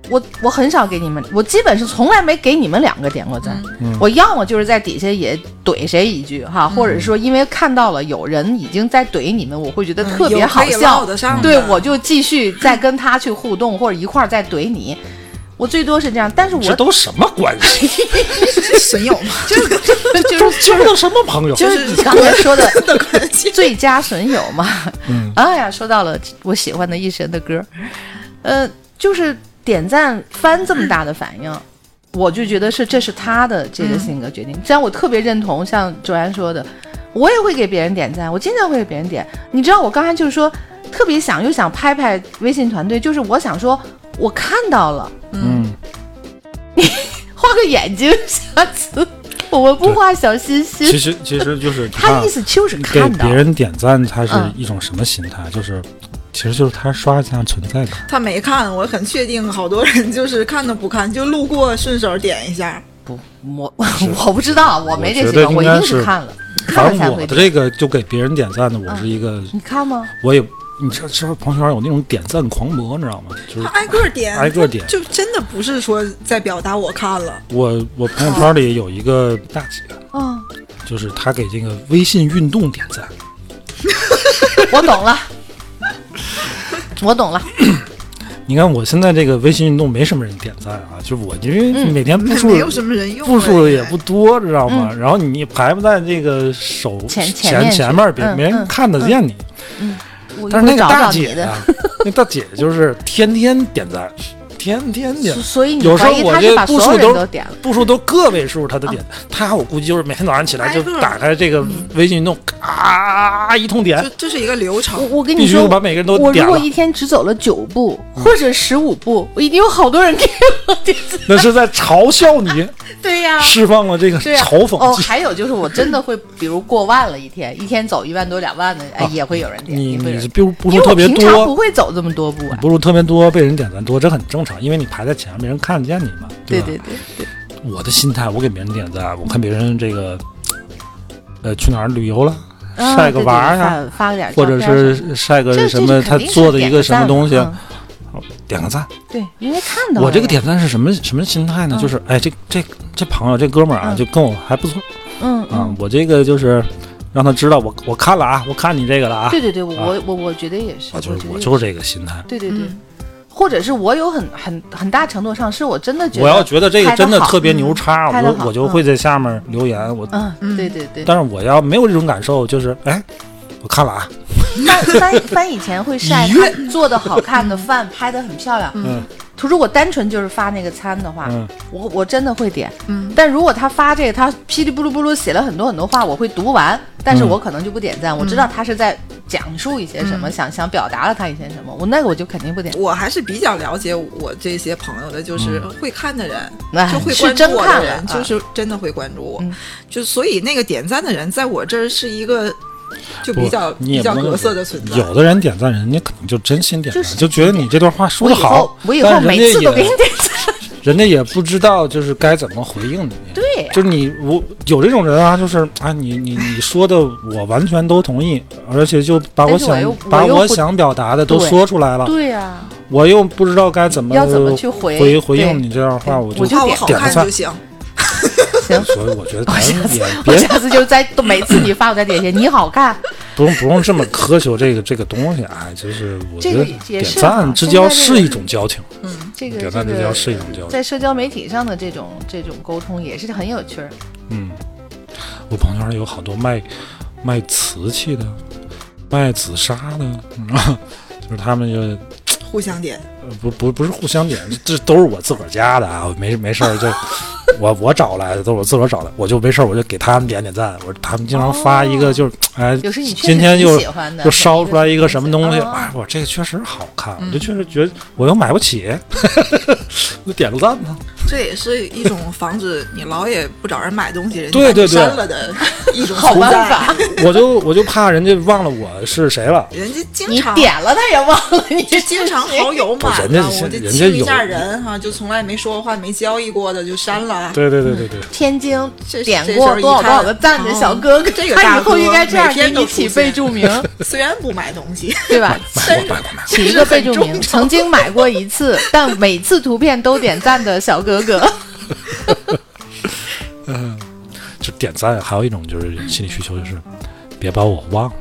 Speaker 3: 我我很少给你们，我基本是从来没给你们两个点过赞。
Speaker 2: 嗯
Speaker 3: 我要么就是在底下也怼谁一句哈，或者说因为看到了有人已经在怼你们，我会觉得特别
Speaker 2: 嗯有
Speaker 3: 好
Speaker 2: 可以
Speaker 3: 笑，
Speaker 2: 唠得上的
Speaker 3: 对我就继续再跟他去互动，或者一块儿再怼你。我最多是这样，但是我 <laughs>
Speaker 1: 这都什么关系？
Speaker 2: 损友吗？
Speaker 1: 都交到什么朋友？
Speaker 3: <laughs> 就是你刚才说的
Speaker 2: 的关
Speaker 3: <laughs>
Speaker 2: 系。
Speaker 3: 最佳损友嘛。哎呀，说到了我喜欢的一神的歌，呃，就是点赞翻这么大的反应，我就觉得是这是他的这个性格决定。虽然我特别认同像卓然说的，我也会给别人点赞，我经常会给别人点。你知道我刚才就是说特别想又想拍拍微信团队，就是我想说我看到了，
Speaker 1: 嗯，
Speaker 3: 画个眼睛，下次我们不画小心
Speaker 1: 其
Speaker 3: 心。
Speaker 1: 实其实就是你
Speaker 3: 他
Speaker 1: 看啊
Speaker 3: 的意思就是
Speaker 1: 给
Speaker 3: 看到
Speaker 1: 别，人点赞，他是
Speaker 3: 嗯
Speaker 1: 一种什么心态？就是其实就是他刷一下存在感。
Speaker 2: 他没看，我很确定，好多人就是看都不看，就路过顺手点一下。
Speaker 3: 不，
Speaker 1: <laughs>
Speaker 3: 我我不知道，我没这习
Speaker 1: 觉得
Speaker 3: 惯，我
Speaker 1: 应
Speaker 3: 一
Speaker 1: 该
Speaker 3: 定
Speaker 1: 是
Speaker 3: 看了，看
Speaker 1: 反
Speaker 3: 了才
Speaker 1: 正
Speaker 3: 会嗯
Speaker 1: 我的
Speaker 3: 点。
Speaker 1: 这个就给别人点赞的，我是一个，
Speaker 3: 你看吗？
Speaker 1: 我也你知道，知道朋友圈有那种点赞狂魔，你知道吗？就是
Speaker 2: 他挨个点，
Speaker 1: 挨个点
Speaker 2: 就真的不是说在表达我看了，
Speaker 1: 我我朋友圈里有一个大姐，
Speaker 3: 嗯，
Speaker 1: 就是她给这个微信运动点赞，
Speaker 3: 我
Speaker 1: <laughs>
Speaker 3: 懂了，我懂了。
Speaker 1: 你看我现在这个微信运动没什么人点赞啊，就是我因为
Speaker 3: 嗯
Speaker 1: 每
Speaker 3: <laughs>
Speaker 1: 天步
Speaker 2: 没
Speaker 1: 数、
Speaker 2: 没有什么人用，
Speaker 1: 步数也不多，知道吗？然后你排不在这个手
Speaker 3: 嗯前前
Speaker 1: 前
Speaker 3: 面去
Speaker 1: 前面，别
Speaker 3: 嗯
Speaker 1: 没人
Speaker 3: 嗯
Speaker 1: 看得见你。
Speaker 3: 我
Speaker 1: 但是那
Speaker 3: 我
Speaker 1: 个
Speaker 3: 找
Speaker 1: 大
Speaker 3: 找
Speaker 1: 姐啊
Speaker 3: 你
Speaker 1: 呀、
Speaker 3: 的，
Speaker 1: 那大姐就是天天点赞，天天点
Speaker 3: 所。所以你
Speaker 1: 有时
Speaker 3: 嗯怀
Speaker 1: 候
Speaker 3: 疑
Speaker 1: 我
Speaker 3: 他是
Speaker 1: 这
Speaker 3: 把
Speaker 1: 步
Speaker 3: 所
Speaker 1: 数
Speaker 3: 人
Speaker 1: 都
Speaker 3: 都点了。啊
Speaker 1: 步数都个位数，她都点。她我估计就是每天早上起来
Speaker 3: 哎
Speaker 1: 就
Speaker 2: 挨
Speaker 3: 嗯
Speaker 2: 个儿
Speaker 1: 打开这个微信运动，咔一通点
Speaker 2: 就，这是一个流
Speaker 3: 我
Speaker 2: 程。
Speaker 3: 我跟
Speaker 1: 必
Speaker 3: 你
Speaker 1: 须
Speaker 3: 说，
Speaker 1: 把每个人都
Speaker 3: 我
Speaker 1: 点
Speaker 3: 如果
Speaker 1: 了嗯
Speaker 3: 一天只走了九步或者十五步，我一定有好多人给我点赞。
Speaker 1: <laughs> 那是在嘲笑
Speaker 3: <laughs>
Speaker 1: 你，
Speaker 3: 对呀
Speaker 1: 释放了这个
Speaker 3: 对呀、
Speaker 1: 嘲
Speaker 3: 哦，
Speaker 1: 讽技。
Speaker 3: 还有啊就是，我真的会，比如过万了一天，一天走一万多、两万的，哎，也会有人
Speaker 1: 啊
Speaker 3: 点，
Speaker 1: 你
Speaker 3: 也会有
Speaker 1: 你
Speaker 3: 人
Speaker 1: 是
Speaker 3: 点。
Speaker 1: 步步
Speaker 3: 因
Speaker 1: 数
Speaker 3: 为我
Speaker 1: 特别
Speaker 3: 平常不
Speaker 1: 多，
Speaker 3: 会走这么多步啊。
Speaker 1: 步数特别多，被人点赞多，这很正常，因为你排在前面，没人看得见你嘛。
Speaker 2: 对
Speaker 1: 吧？
Speaker 2: 对对对，
Speaker 1: 我的心态，我给别人点赞，我看别人这个，呃，去哪儿旅游了，
Speaker 3: 啊
Speaker 1: 晒个娃儿
Speaker 3: 对对
Speaker 1: 呀，
Speaker 3: 对发发个点儿
Speaker 1: 或
Speaker 3: 照
Speaker 1: 者
Speaker 3: 片儿什么
Speaker 1: 是晒
Speaker 3: 的
Speaker 1: 个
Speaker 3: 这
Speaker 1: 什么，
Speaker 3: 这是
Speaker 1: 他
Speaker 3: 肯定是
Speaker 1: 做的一
Speaker 3: 点
Speaker 1: 个
Speaker 3: 个
Speaker 1: 什么
Speaker 3: 赞
Speaker 1: 东西，啊
Speaker 3: 嗯
Speaker 1: 点个赞。
Speaker 3: 对，因为看到
Speaker 1: 我
Speaker 3: 了
Speaker 1: 这个
Speaker 3: 呀
Speaker 1: 点赞是什么什么心态呢？
Speaker 3: 嗯
Speaker 1: 就是哎，这这这朋友这哥们儿啊，
Speaker 3: 嗯
Speaker 1: 就跟我还不错
Speaker 3: 嗯
Speaker 1: 啊
Speaker 3: 嗯，，
Speaker 1: 我这个就是让他知道我我看了啊，我看你这个了啊
Speaker 3: 对，对对，我
Speaker 1: 啊
Speaker 3: 我我我觉得也是，
Speaker 1: 啊，就
Speaker 3: 觉
Speaker 1: 是
Speaker 3: 得
Speaker 1: 我
Speaker 3: 也
Speaker 1: 就是这个心态。
Speaker 3: 对对对
Speaker 2: 嗯，
Speaker 3: 或者是我有很很很大程度上是我真的觉得
Speaker 1: 我要觉得这个
Speaker 3: 拍得
Speaker 1: 真的
Speaker 3: 好嗯
Speaker 1: 特别牛叉，
Speaker 3: 拍
Speaker 1: 我
Speaker 3: 得
Speaker 1: 就
Speaker 3: 好
Speaker 1: 我就
Speaker 3: 嗯
Speaker 1: 会在下面留言。我
Speaker 3: 嗯
Speaker 2: 嗯
Speaker 3: 对对对，
Speaker 1: 但是我要没有这种感受，就是哎，我看了啊，
Speaker 3: 翻翻翻以前会晒
Speaker 1: 愉
Speaker 3: 他做的好看的饭，拍的很漂亮。
Speaker 1: 嗯
Speaker 3: 他如果单纯就是发那个餐的话
Speaker 1: 嗯，
Speaker 3: 我我真的会点。
Speaker 2: 嗯
Speaker 3: 但如果他发这个，他噼里咕噜咕噜写了很多很多话，我会读完，但是
Speaker 1: 嗯
Speaker 3: 我可能就不点赞。我知道他是在讲述一些什么，想想表达了他一些什么，我那个我就肯定不点。
Speaker 2: 我还是比较了解我这些朋友的，就是
Speaker 1: 嗯
Speaker 2: 会看的人，
Speaker 3: 哎
Speaker 2: 就会
Speaker 3: 是
Speaker 2: 关
Speaker 3: 真
Speaker 2: 注我
Speaker 3: 看
Speaker 2: 的
Speaker 3: 了
Speaker 2: 人，
Speaker 3: 啊
Speaker 2: 就是真的会关注我
Speaker 3: 嗯。
Speaker 2: 就所以那个点赞的人，在我这儿是一个就
Speaker 1: 不
Speaker 2: 比较
Speaker 1: 你也
Speaker 2: 比较
Speaker 1: 不能
Speaker 2: 格色的存在。
Speaker 1: 有的人点赞，人家可能就真心点赞，
Speaker 3: 就是
Speaker 1: 就觉得你这段话说
Speaker 3: 我
Speaker 1: 的
Speaker 3: 以后
Speaker 1: 好，
Speaker 3: 我以后
Speaker 1: 但
Speaker 3: 每
Speaker 1: 人家
Speaker 3: 次都给
Speaker 1: 也
Speaker 3: 你点赞。
Speaker 1: 人家也不知道就是该怎么回应你。
Speaker 3: <laughs> 对呀
Speaker 1: 就是你我有这种人啊，就是啊，你你你说的我完全都同意，而且就把我
Speaker 3: 但是我
Speaker 1: 想
Speaker 3: 又
Speaker 1: 把
Speaker 3: 我又
Speaker 1: 我
Speaker 3: 不
Speaker 1: 想表达的都
Speaker 3: 对
Speaker 1: 说出来了，
Speaker 3: 对呀，
Speaker 1: 我又不知道该怎么
Speaker 3: 要怎么去回
Speaker 1: 回回应
Speaker 3: 对
Speaker 1: 你这段话，
Speaker 3: 对
Speaker 1: 我就
Speaker 3: 我
Speaker 2: 夸我
Speaker 3: 点
Speaker 2: 好
Speaker 1: 点
Speaker 2: 看
Speaker 1: 赞
Speaker 2: 就行，
Speaker 3: 行。
Speaker 1: 所以我觉得咱们也
Speaker 3: 我
Speaker 1: 别
Speaker 3: 下次就在每次你发我在底下，你好看，
Speaker 1: 不用不用这么苛求这个这个东西啊，就是我觉
Speaker 3: 这
Speaker 1: 得
Speaker 3: 个
Speaker 1: 点
Speaker 3: 也是啊
Speaker 1: 赞之交
Speaker 3: 现在这
Speaker 1: 是
Speaker 3: 个
Speaker 1: 一种交情，
Speaker 3: 这个
Speaker 1: 点
Speaker 3: 这
Speaker 1: 赞之
Speaker 3: 个
Speaker 1: 交是一种交情。
Speaker 3: 在社交媒体上的这种这种沟通也是很有趣儿。
Speaker 1: 嗯，我朋友圈有好多卖卖瓷器的，卖紫砂的， <laughs> 你知道吗，就是他们就
Speaker 2: 互相点。
Speaker 1: 呃不不不是互相点，这都是我自个儿家的啊，我没没事儿
Speaker 3: <laughs>
Speaker 1: 就我我找来的，都是我自个儿找的，我就没事儿我就给他们点点赞，我他们经常发一个就是、哎，
Speaker 3: 哦有时你确实
Speaker 1: 今天
Speaker 3: 挺
Speaker 1: 又
Speaker 3: 喜欢的
Speaker 1: 又烧出来一个什么东西，
Speaker 3: 啊
Speaker 1: 哎，我这个确实好看，我
Speaker 3: 嗯
Speaker 1: 就确实觉得我又买不起， <laughs> 就点个赞吧。
Speaker 2: 这也是一种防止你老也不找人买东西，人家
Speaker 1: 对对对
Speaker 2: 删了的一种
Speaker 3: 好
Speaker 2: 存
Speaker 3: 办
Speaker 2: 在。
Speaker 3: 法，
Speaker 1: 我就我就怕人家忘了我是谁了。
Speaker 2: 人家经
Speaker 3: 你
Speaker 2: 常
Speaker 3: 点了他也忘了你
Speaker 2: 这经常好友买
Speaker 1: 不人
Speaker 2: 了，
Speaker 1: 家
Speaker 2: 我就
Speaker 1: 人家
Speaker 2: 清一下
Speaker 1: 有
Speaker 2: 人哈，就从来没说过话、没交易过的就删了。
Speaker 1: 对对对对对，
Speaker 3: 天津
Speaker 2: 这
Speaker 3: 点
Speaker 2: 这
Speaker 3: 过
Speaker 2: 事儿一
Speaker 3: 多少多少
Speaker 2: 看
Speaker 3: 个赞的小哥哥，
Speaker 2: 哦这个
Speaker 3: 他
Speaker 2: 大
Speaker 3: 以后
Speaker 2: 哥
Speaker 3: 应该这样
Speaker 2: 每天
Speaker 3: 给你
Speaker 2: 都
Speaker 3: 起
Speaker 2: 出
Speaker 3: 备
Speaker 2: 现
Speaker 3: 注名，
Speaker 2: <laughs> 虽然不买东
Speaker 3: <laughs>
Speaker 2: 西，<laughs>
Speaker 3: 对吧？
Speaker 1: 买过买过买过。
Speaker 3: 起一个备注名，曾经买过一次，但每次图片都点赞的小哥哥。 <laughs>
Speaker 1: 就点赞，还有一种就是心理需求，就是别把我忘了。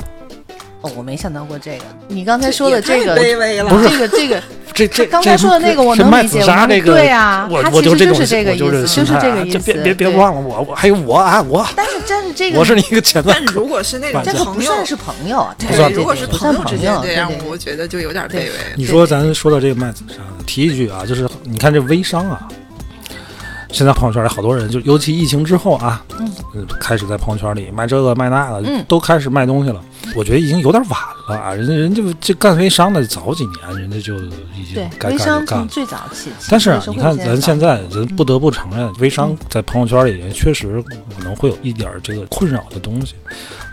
Speaker 3: 哦，我没想到过这个。你刚才说的
Speaker 2: 这也
Speaker 3: 这个，
Speaker 2: 太卑微了。
Speaker 3: 这个这个，
Speaker 1: 这这
Speaker 3: 刚才
Speaker 1: 这
Speaker 3: 说的那个我
Speaker 1: 这
Speaker 3: 能
Speaker 1: 卖
Speaker 3: 理解
Speaker 1: 紫砂
Speaker 3: 我能
Speaker 1: 这个，
Speaker 3: 对啊
Speaker 1: 我
Speaker 3: 他
Speaker 1: 我
Speaker 3: 其实
Speaker 1: 这
Speaker 3: 就
Speaker 1: 种
Speaker 3: 是这个
Speaker 1: 我就
Speaker 3: 意思
Speaker 1: 心
Speaker 3: 就是
Speaker 1: 态啊
Speaker 3: 这个意
Speaker 1: 就别
Speaker 3: 思
Speaker 1: 别别
Speaker 3: 对
Speaker 1: 忘了我，我还有我啊，我
Speaker 3: 但是但是这个
Speaker 1: 我是你一个潜在
Speaker 2: 但如果是那种
Speaker 1: 这
Speaker 3: 这不
Speaker 2: 朋友
Speaker 3: 算，是朋友啊，
Speaker 1: 不
Speaker 3: 对
Speaker 1: 算
Speaker 2: 对，
Speaker 3: 对
Speaker 1: 朋
Speaker 2: 如果
Speaker 1: 友
Speaker 2: 是
Speaker 3: 不
Speaker 2: 朋
Speaker 3: 算
Speaker 2: 友之
Speaker 3: 朋
Speaker 2: 间
Speaker 3: 友，
Speaker 2: 这
Speaker 3: 对
Speaker 2: 样
Speaker 3: 对，
Speaker 2: 我觉得就有点卑
Speaker 3: 对
Speaker 2: 微。
Speaker 1: 你说咱说到这个卖紫砂的，提一句啊，就是你看这微商啊，现在朋友圈里好多人，就尤其疫情之后啊，嗯，开始在朋友圈里卖这个卖那个，
Speaker 3: 嗯
Speaker 1: 都开始卖东西了。我觉得已经有点晚了啊，人家人家这干微商的早几年，人家就已经
Speaker 3: 对
Speaker 1: 该干就
Speaker 3: 微商
Speaker 1: 干
Speaker 3: 从
Speaker 1: 了。
Speaker 3: 最早起，起
Speaker 1: 但是啊
Speaker 3: 这，
Speaker 1: 你
Speaker 3: 个社会
Speaker 1: 看
Speaker 3: 现
Speaker 1: 咱
Speaker 3: 早
Speaker 1: 现在
Speaker 3: 嗯
Speaker 1: 人不得不承认，微商在朋友圈里人确实可能会有一点儿这个困扰的东西，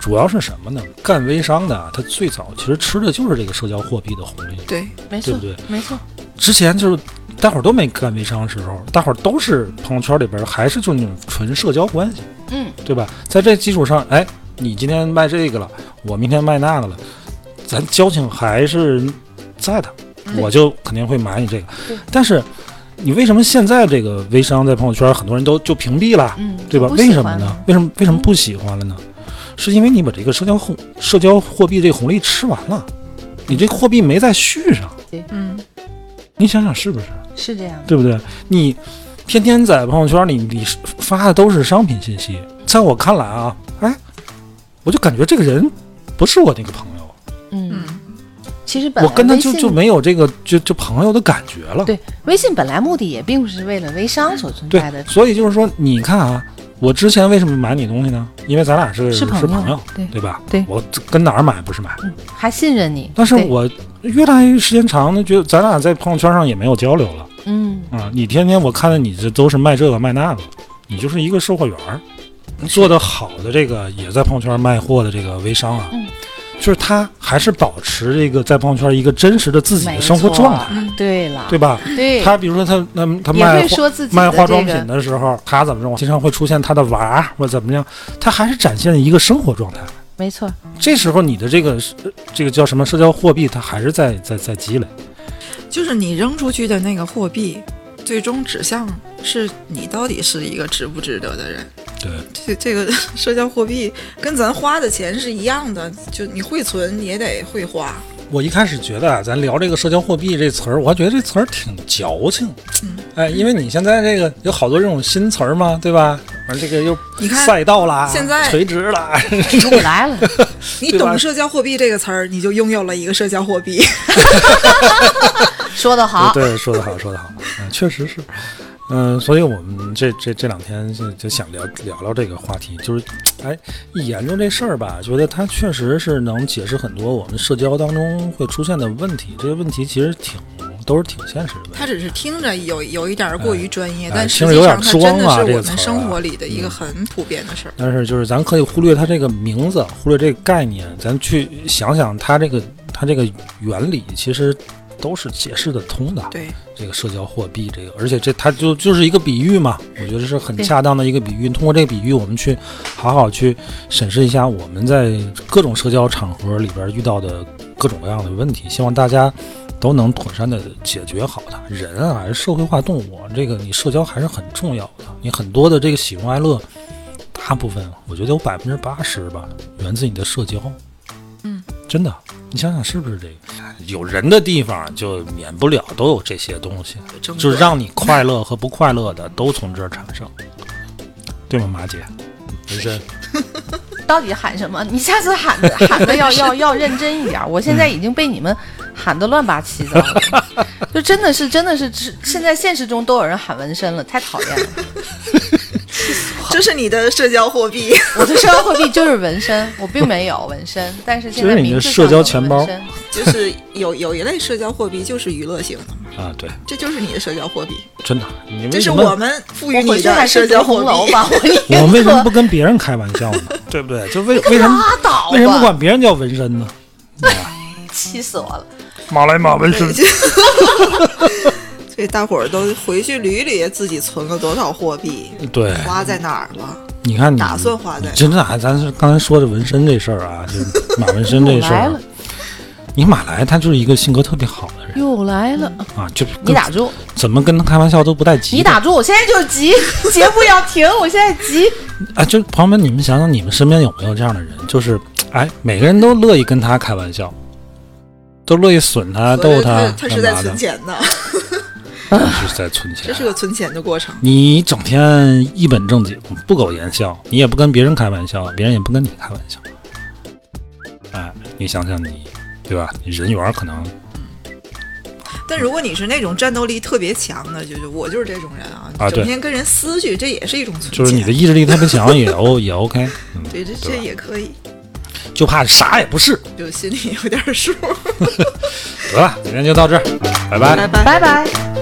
Speaker 1: 主要是什么呢？干微商的啊，他最早其实吃的就是这个社交货币的红利。
Speaker 2: 对，
Speaker 1: 对
Speaker 3: 没错
Speaker 1: 不对？
Speaker 3: 没错，
Speaker 1: 之前就是大伙儿都没干微商的时候，大伙儿都是朋友圈里边儿还是就那种纯社交关系，
Speaker 3: 嗯，
Speaker 1: 对吧？在这基础上，哎，你今天卖这个了，我明天卖那个了，咱交情还是在的，我就肯定会买你这个
Speaker 3: 嗯对。
Speaker 1: 但是你为什么现在这个微商在朋友圈很多人都就屏蔽了，
Speaker 3: 嗯，
Speaker 1: 对吧？
Speaker 3: 不
Speaker 1: 为
Speaker 3: 喜
Speaker 1: 什么
Speaker 3: 欢嗯
Speaker 1: 呢
Speaker 3: 了？？
Speaker 1: 为什么为什么不喜欢了呢？是因为你把这个社交红社交货币这个红利吃完了，你这个货币没再续上。
Speaker 2: 嗯，
Speaker 1: 你想想是不是？
Speaker 3: 是这样的，
Speaker 1: 对不对？你天天在朋友圈里你发的都是商品信息，在我看来啊，哎，我就感觉这个人不是我那个朋友，
Speaker 3: 嗯
Speaker 2: 嗯，
Speaker 3: 其实本
Speaker 1: 我
Speaker 3: 来
Speaker 1: 跟他
Speaker 3: 微
Speaker 1: 就
Speaker 3: 信
Speaker 1: 就没有这个就就朋友的感觉了。
Speaker 3: 对微信本来目的也并不是为了微商所存
Speaker 1: 对
Speaker 3: 在的，
Speaker 1: 所以就是说，你看啊，我之前为什么买你东西呢？因为咱俩是
Speaker 3: 是
Speaker 1: 是
Speaker 3: 朋友对
Speaker 1: 吧？
Speaker 3: 对
Speaker 1: 我跟哪儿买不是买，
Speaker 3: 嗯，还信任你，
Speaker 1: 但是
Speaker 3: 对
Speaker 1: 我越来越时间长的觉得咱俩在朋友圈上也没有交流了。
Speaker 3: 嗯，
Speaker 1: 啊，你天天我看到你这都是卖这个卖那个，你就是一个售货员儿。做得好的这个也在朋友圈卖货的这个微商啊，
Speaker 3: 嗯
Speaker 1: 就是他还是保持这个在朋友圈一个真实的自己
Speaker 3: 没
Speaker 1: 的生活
Speaker 3: 错
Speaker 1: 状态，
Speaker 3: 对了，
Speaker 1: 对吧？
Speaker 3: <laughs> 对，
Speaker 1: 他比如说他那他
Speaker 3: 也
Speaker 1: 卖化
Speaker 3: 会说自己
Speaker 1: 卖
Speaker 3: 的
Speaker 1: 化
Speaker 3: 这
Speaker 1: 妆
Speaker 3: 个
Speaker 1: 品的时候，他怎么着，经常会出现他的娃儿或者怎么样，他还是展现一个生活状态。
Speaker 3: 没错，
Speaker 1: 这时候你的这个呃这个叫什么社交货币，它还是在在在积累。
Speaker 2: 嗯就是你扔出去的那个货币，最终指向是你到底是一个值不值得的人。
Speaker 1: 对，
Speaker 2: 这这个 <laughs> 社交货币跟咱花的钱是一样的，就你会存你也得会花。
Speaker 1: 我一开始觉得啊，咱聊这个社交货币这词儿，我还觉得这词儿挺矫情，
Speaker 2: 嗯
Speaker 1: 哎，因为你现在这个有好多这种新词儿嘛，对吧？完这个又
Speaker 2: 你看
Speaker 1: 赛道啦，
Speaker 2: 现在
Speaker 1: 垂直啦，
Speaker 3: 如果
Speaker 1: <laughs>
Speaker 3: 来了，
Speaker 2: 你
Speaker 1: 对吧
Speaker 2: 懂“社交货币”这个词儿，你就拥有了一个社交货币。 <laughs>
Speaker 3: 说得
Speaker 1: <laughs>
Speaker 3: 好，
Speaker 1: 对，说得好，说得好，嗯，确实是，嗯、所以我们这这这两天就就想聊聊聊这个话题，就是，哎，一研究这事儿吧，觉得它确实是能解释很多我们社交当中会出现的问题，这些问题其实挺都是挺现实的问
Speaker 2: 他
Speaker 1: 题。
Speaker 2: 只是听着有有一点儿过于专业，
Speaker 1: 哎
Speaker 2: 但实
Speaker 1: 听着
Speaker 2: 际
Speaker 1: 有点
Speaker 2: 上它
Speaker 1: 装
Speaker 2: 真的
Speaker 1: 啊这
Speaker 2: 是我
Speaker 1: 个
Speaker 2: 们
Speaker 1: 词儿
Speaker 2: 生
Speaker 1: 啊
Speaker 2: 活里的一个很普遍的事儿。
Speaker 1: 但是就是咱可以忽略它这个名字，忽略这个概念，咱去想想它这个它这个原理，其实都是解释得通的。
Speaker 2: 对，
Speaker 1: 这个社交货币，这个而且这它就就是一个比喻嘛，我觉得是很恰当的一个比喻。通过这个比喻，我们去好好去审视一下我们在各种社交场合里边遇到的各种各样的问题，希望大家都能妥善的解决好它。人啊，还是社会化动物，这个你社交还是很重要的。你很多的这个喜怒哀乐，大部分我觉得有百分之八十吧，源自你的社交。
Speaker 2: 嗯
Speaker 1: 真的，你想想是不是这个？有人的地方就免不了都有这些东西，
Speaker 2: 争
Speaker 1: 就是
Speaker 2: 论
Speaker 1: 让你快乐和不快乐的都从这儿产生，对吗，马姐？不是，
Speaker 3: 到底喊什么？你下次喊的喊的要 <laughs> 要要认真一点儿。我现在已经被你们喊得乱八七糟了，就真的是真的是，是现在现实中都有人喊纹身了，太讨厌了。
Speaker 1: <laughs>
Speaker 2: 这是你的社交货
Speaker 1: <laughs>
Speaker 2: 币。
Speaker 3: 我的社交货币就是纹身，我并没有纹身，但是现
Speaker 1: 这
Speaker 3: 在
Speaker 1: 是你的
Speaker 3: 名字
Speaker 1: 社
Speaker 3: 上
Speaker 1: 交
Speaker 3: 有
Speaker 1: 钱
Speaker 3: 纹
Speaker 1: 包
Speaker 3: 身。
Speaker 2: 就是有有一类社交货币就是娱乐性的，
Speaker 1: 啊，对，
Speaker 2: 这就是你的社交货币，
Speaker 1: 真的，你
Speaker 2: 这
Speaker 1: 为
Speaker 2: 是
Speaker 1: 什
Speaker 2: 我
Speaker 1: 么？
Speaker 2: 们赋
Speaker 3: 我
Speaker 2: 予
Speaker 3: 回
Speaker 2: 你
Speaker 3: 去还
Speaker 2: 的社
Speaker 3: 是
Speaker 2: 交
Speaker 3: 读
Speaker 2: 货
Speaker 3: 红楼
Speaker 2: 币。
Speaker 3: 吧，我宁可
Speaker 1: 我为什么不跟别人开玩笑呢？ <laughs> 对不对？就为为什么
Speaker 3: 拉倒
Speaker 1: 为什么
Speaker 3: 吧
Speaker 1: 管别人叫纹身呢？
Speaker 3: 气死我了！
Speaker 1: 马来马纹身，
Speaker 2: 所以大伙儿都回去捋捋自己存了多少货币，
Speaker 1: 对，
Speaker 2: 花在哪儿了。
Speaker 1: 你看你
Speaker 2: 打算花在
Speaker 1: 你真的啊，咱是刚才说的纹身这事儿啊，
Speaker 2: <laughs>
Speaker 1: 就马纹身这事
Speaker 3: 又来
Speaker 1: 儿啊
Speaker 3: 了，
Speaker 1: 你马来他就是一个性格特别好的人
Speaker 3: 又来了，
Speaker 1: 啊，就是
Speaker 3: 你打住，
Speaker 1: 怎么跟他开玩笑都不带急的。
Speaker 3: 你打住！我现在就
Speaker 1: <laughs>
Speaker 3: 急，节目要停，我现在急。
Speaker 1: 啊，就朋友们，你们想想，你们身边有没有这样的人？就是，哎，每个人都乐意跟他开玩笑，都乐意损他、
Speaker 2: 合
Speaker 1: 啊逗
Speaker 2: 着他
Speaker 1: 干
Speaker 2: 是在
Speaker 1: 嘛的
Speaker 2: 存？钱
Speaker 1: <laughs>
Speaker 2: 的，
Speaker 1: 是在存钱。
Speaker 2: 这是个存钱的过程。
Speaker 1: 你整天一本正经，不苟言笑，你也不跟别人开玩笑，别人也不跟你开玩笑。哎，你想想你，对吧？你人缘可能
Speaker 2: 但如果你是那种战斗力特别强的，就是我就是这种人啊，
Speaker 1: 啊对
Speaker 2: 整天跟人撕去，这也是一种存钱。
Speaker 1: 就是你的意志力特别强，也 O 也 OK，嗯，
Speaker 2: 对，这
Speaker 1: 对
Speaker 2: 这
Speaker 1: 吧
Speaker 2: 也可以，
Speaker 1: 就怕啥也不是。
Speaker 2: 就心里有点数。
Speaker 1: 得了，今天就到这儿，拜拜。
Speaker 2: 拜。
Speaker 3: 拜拜。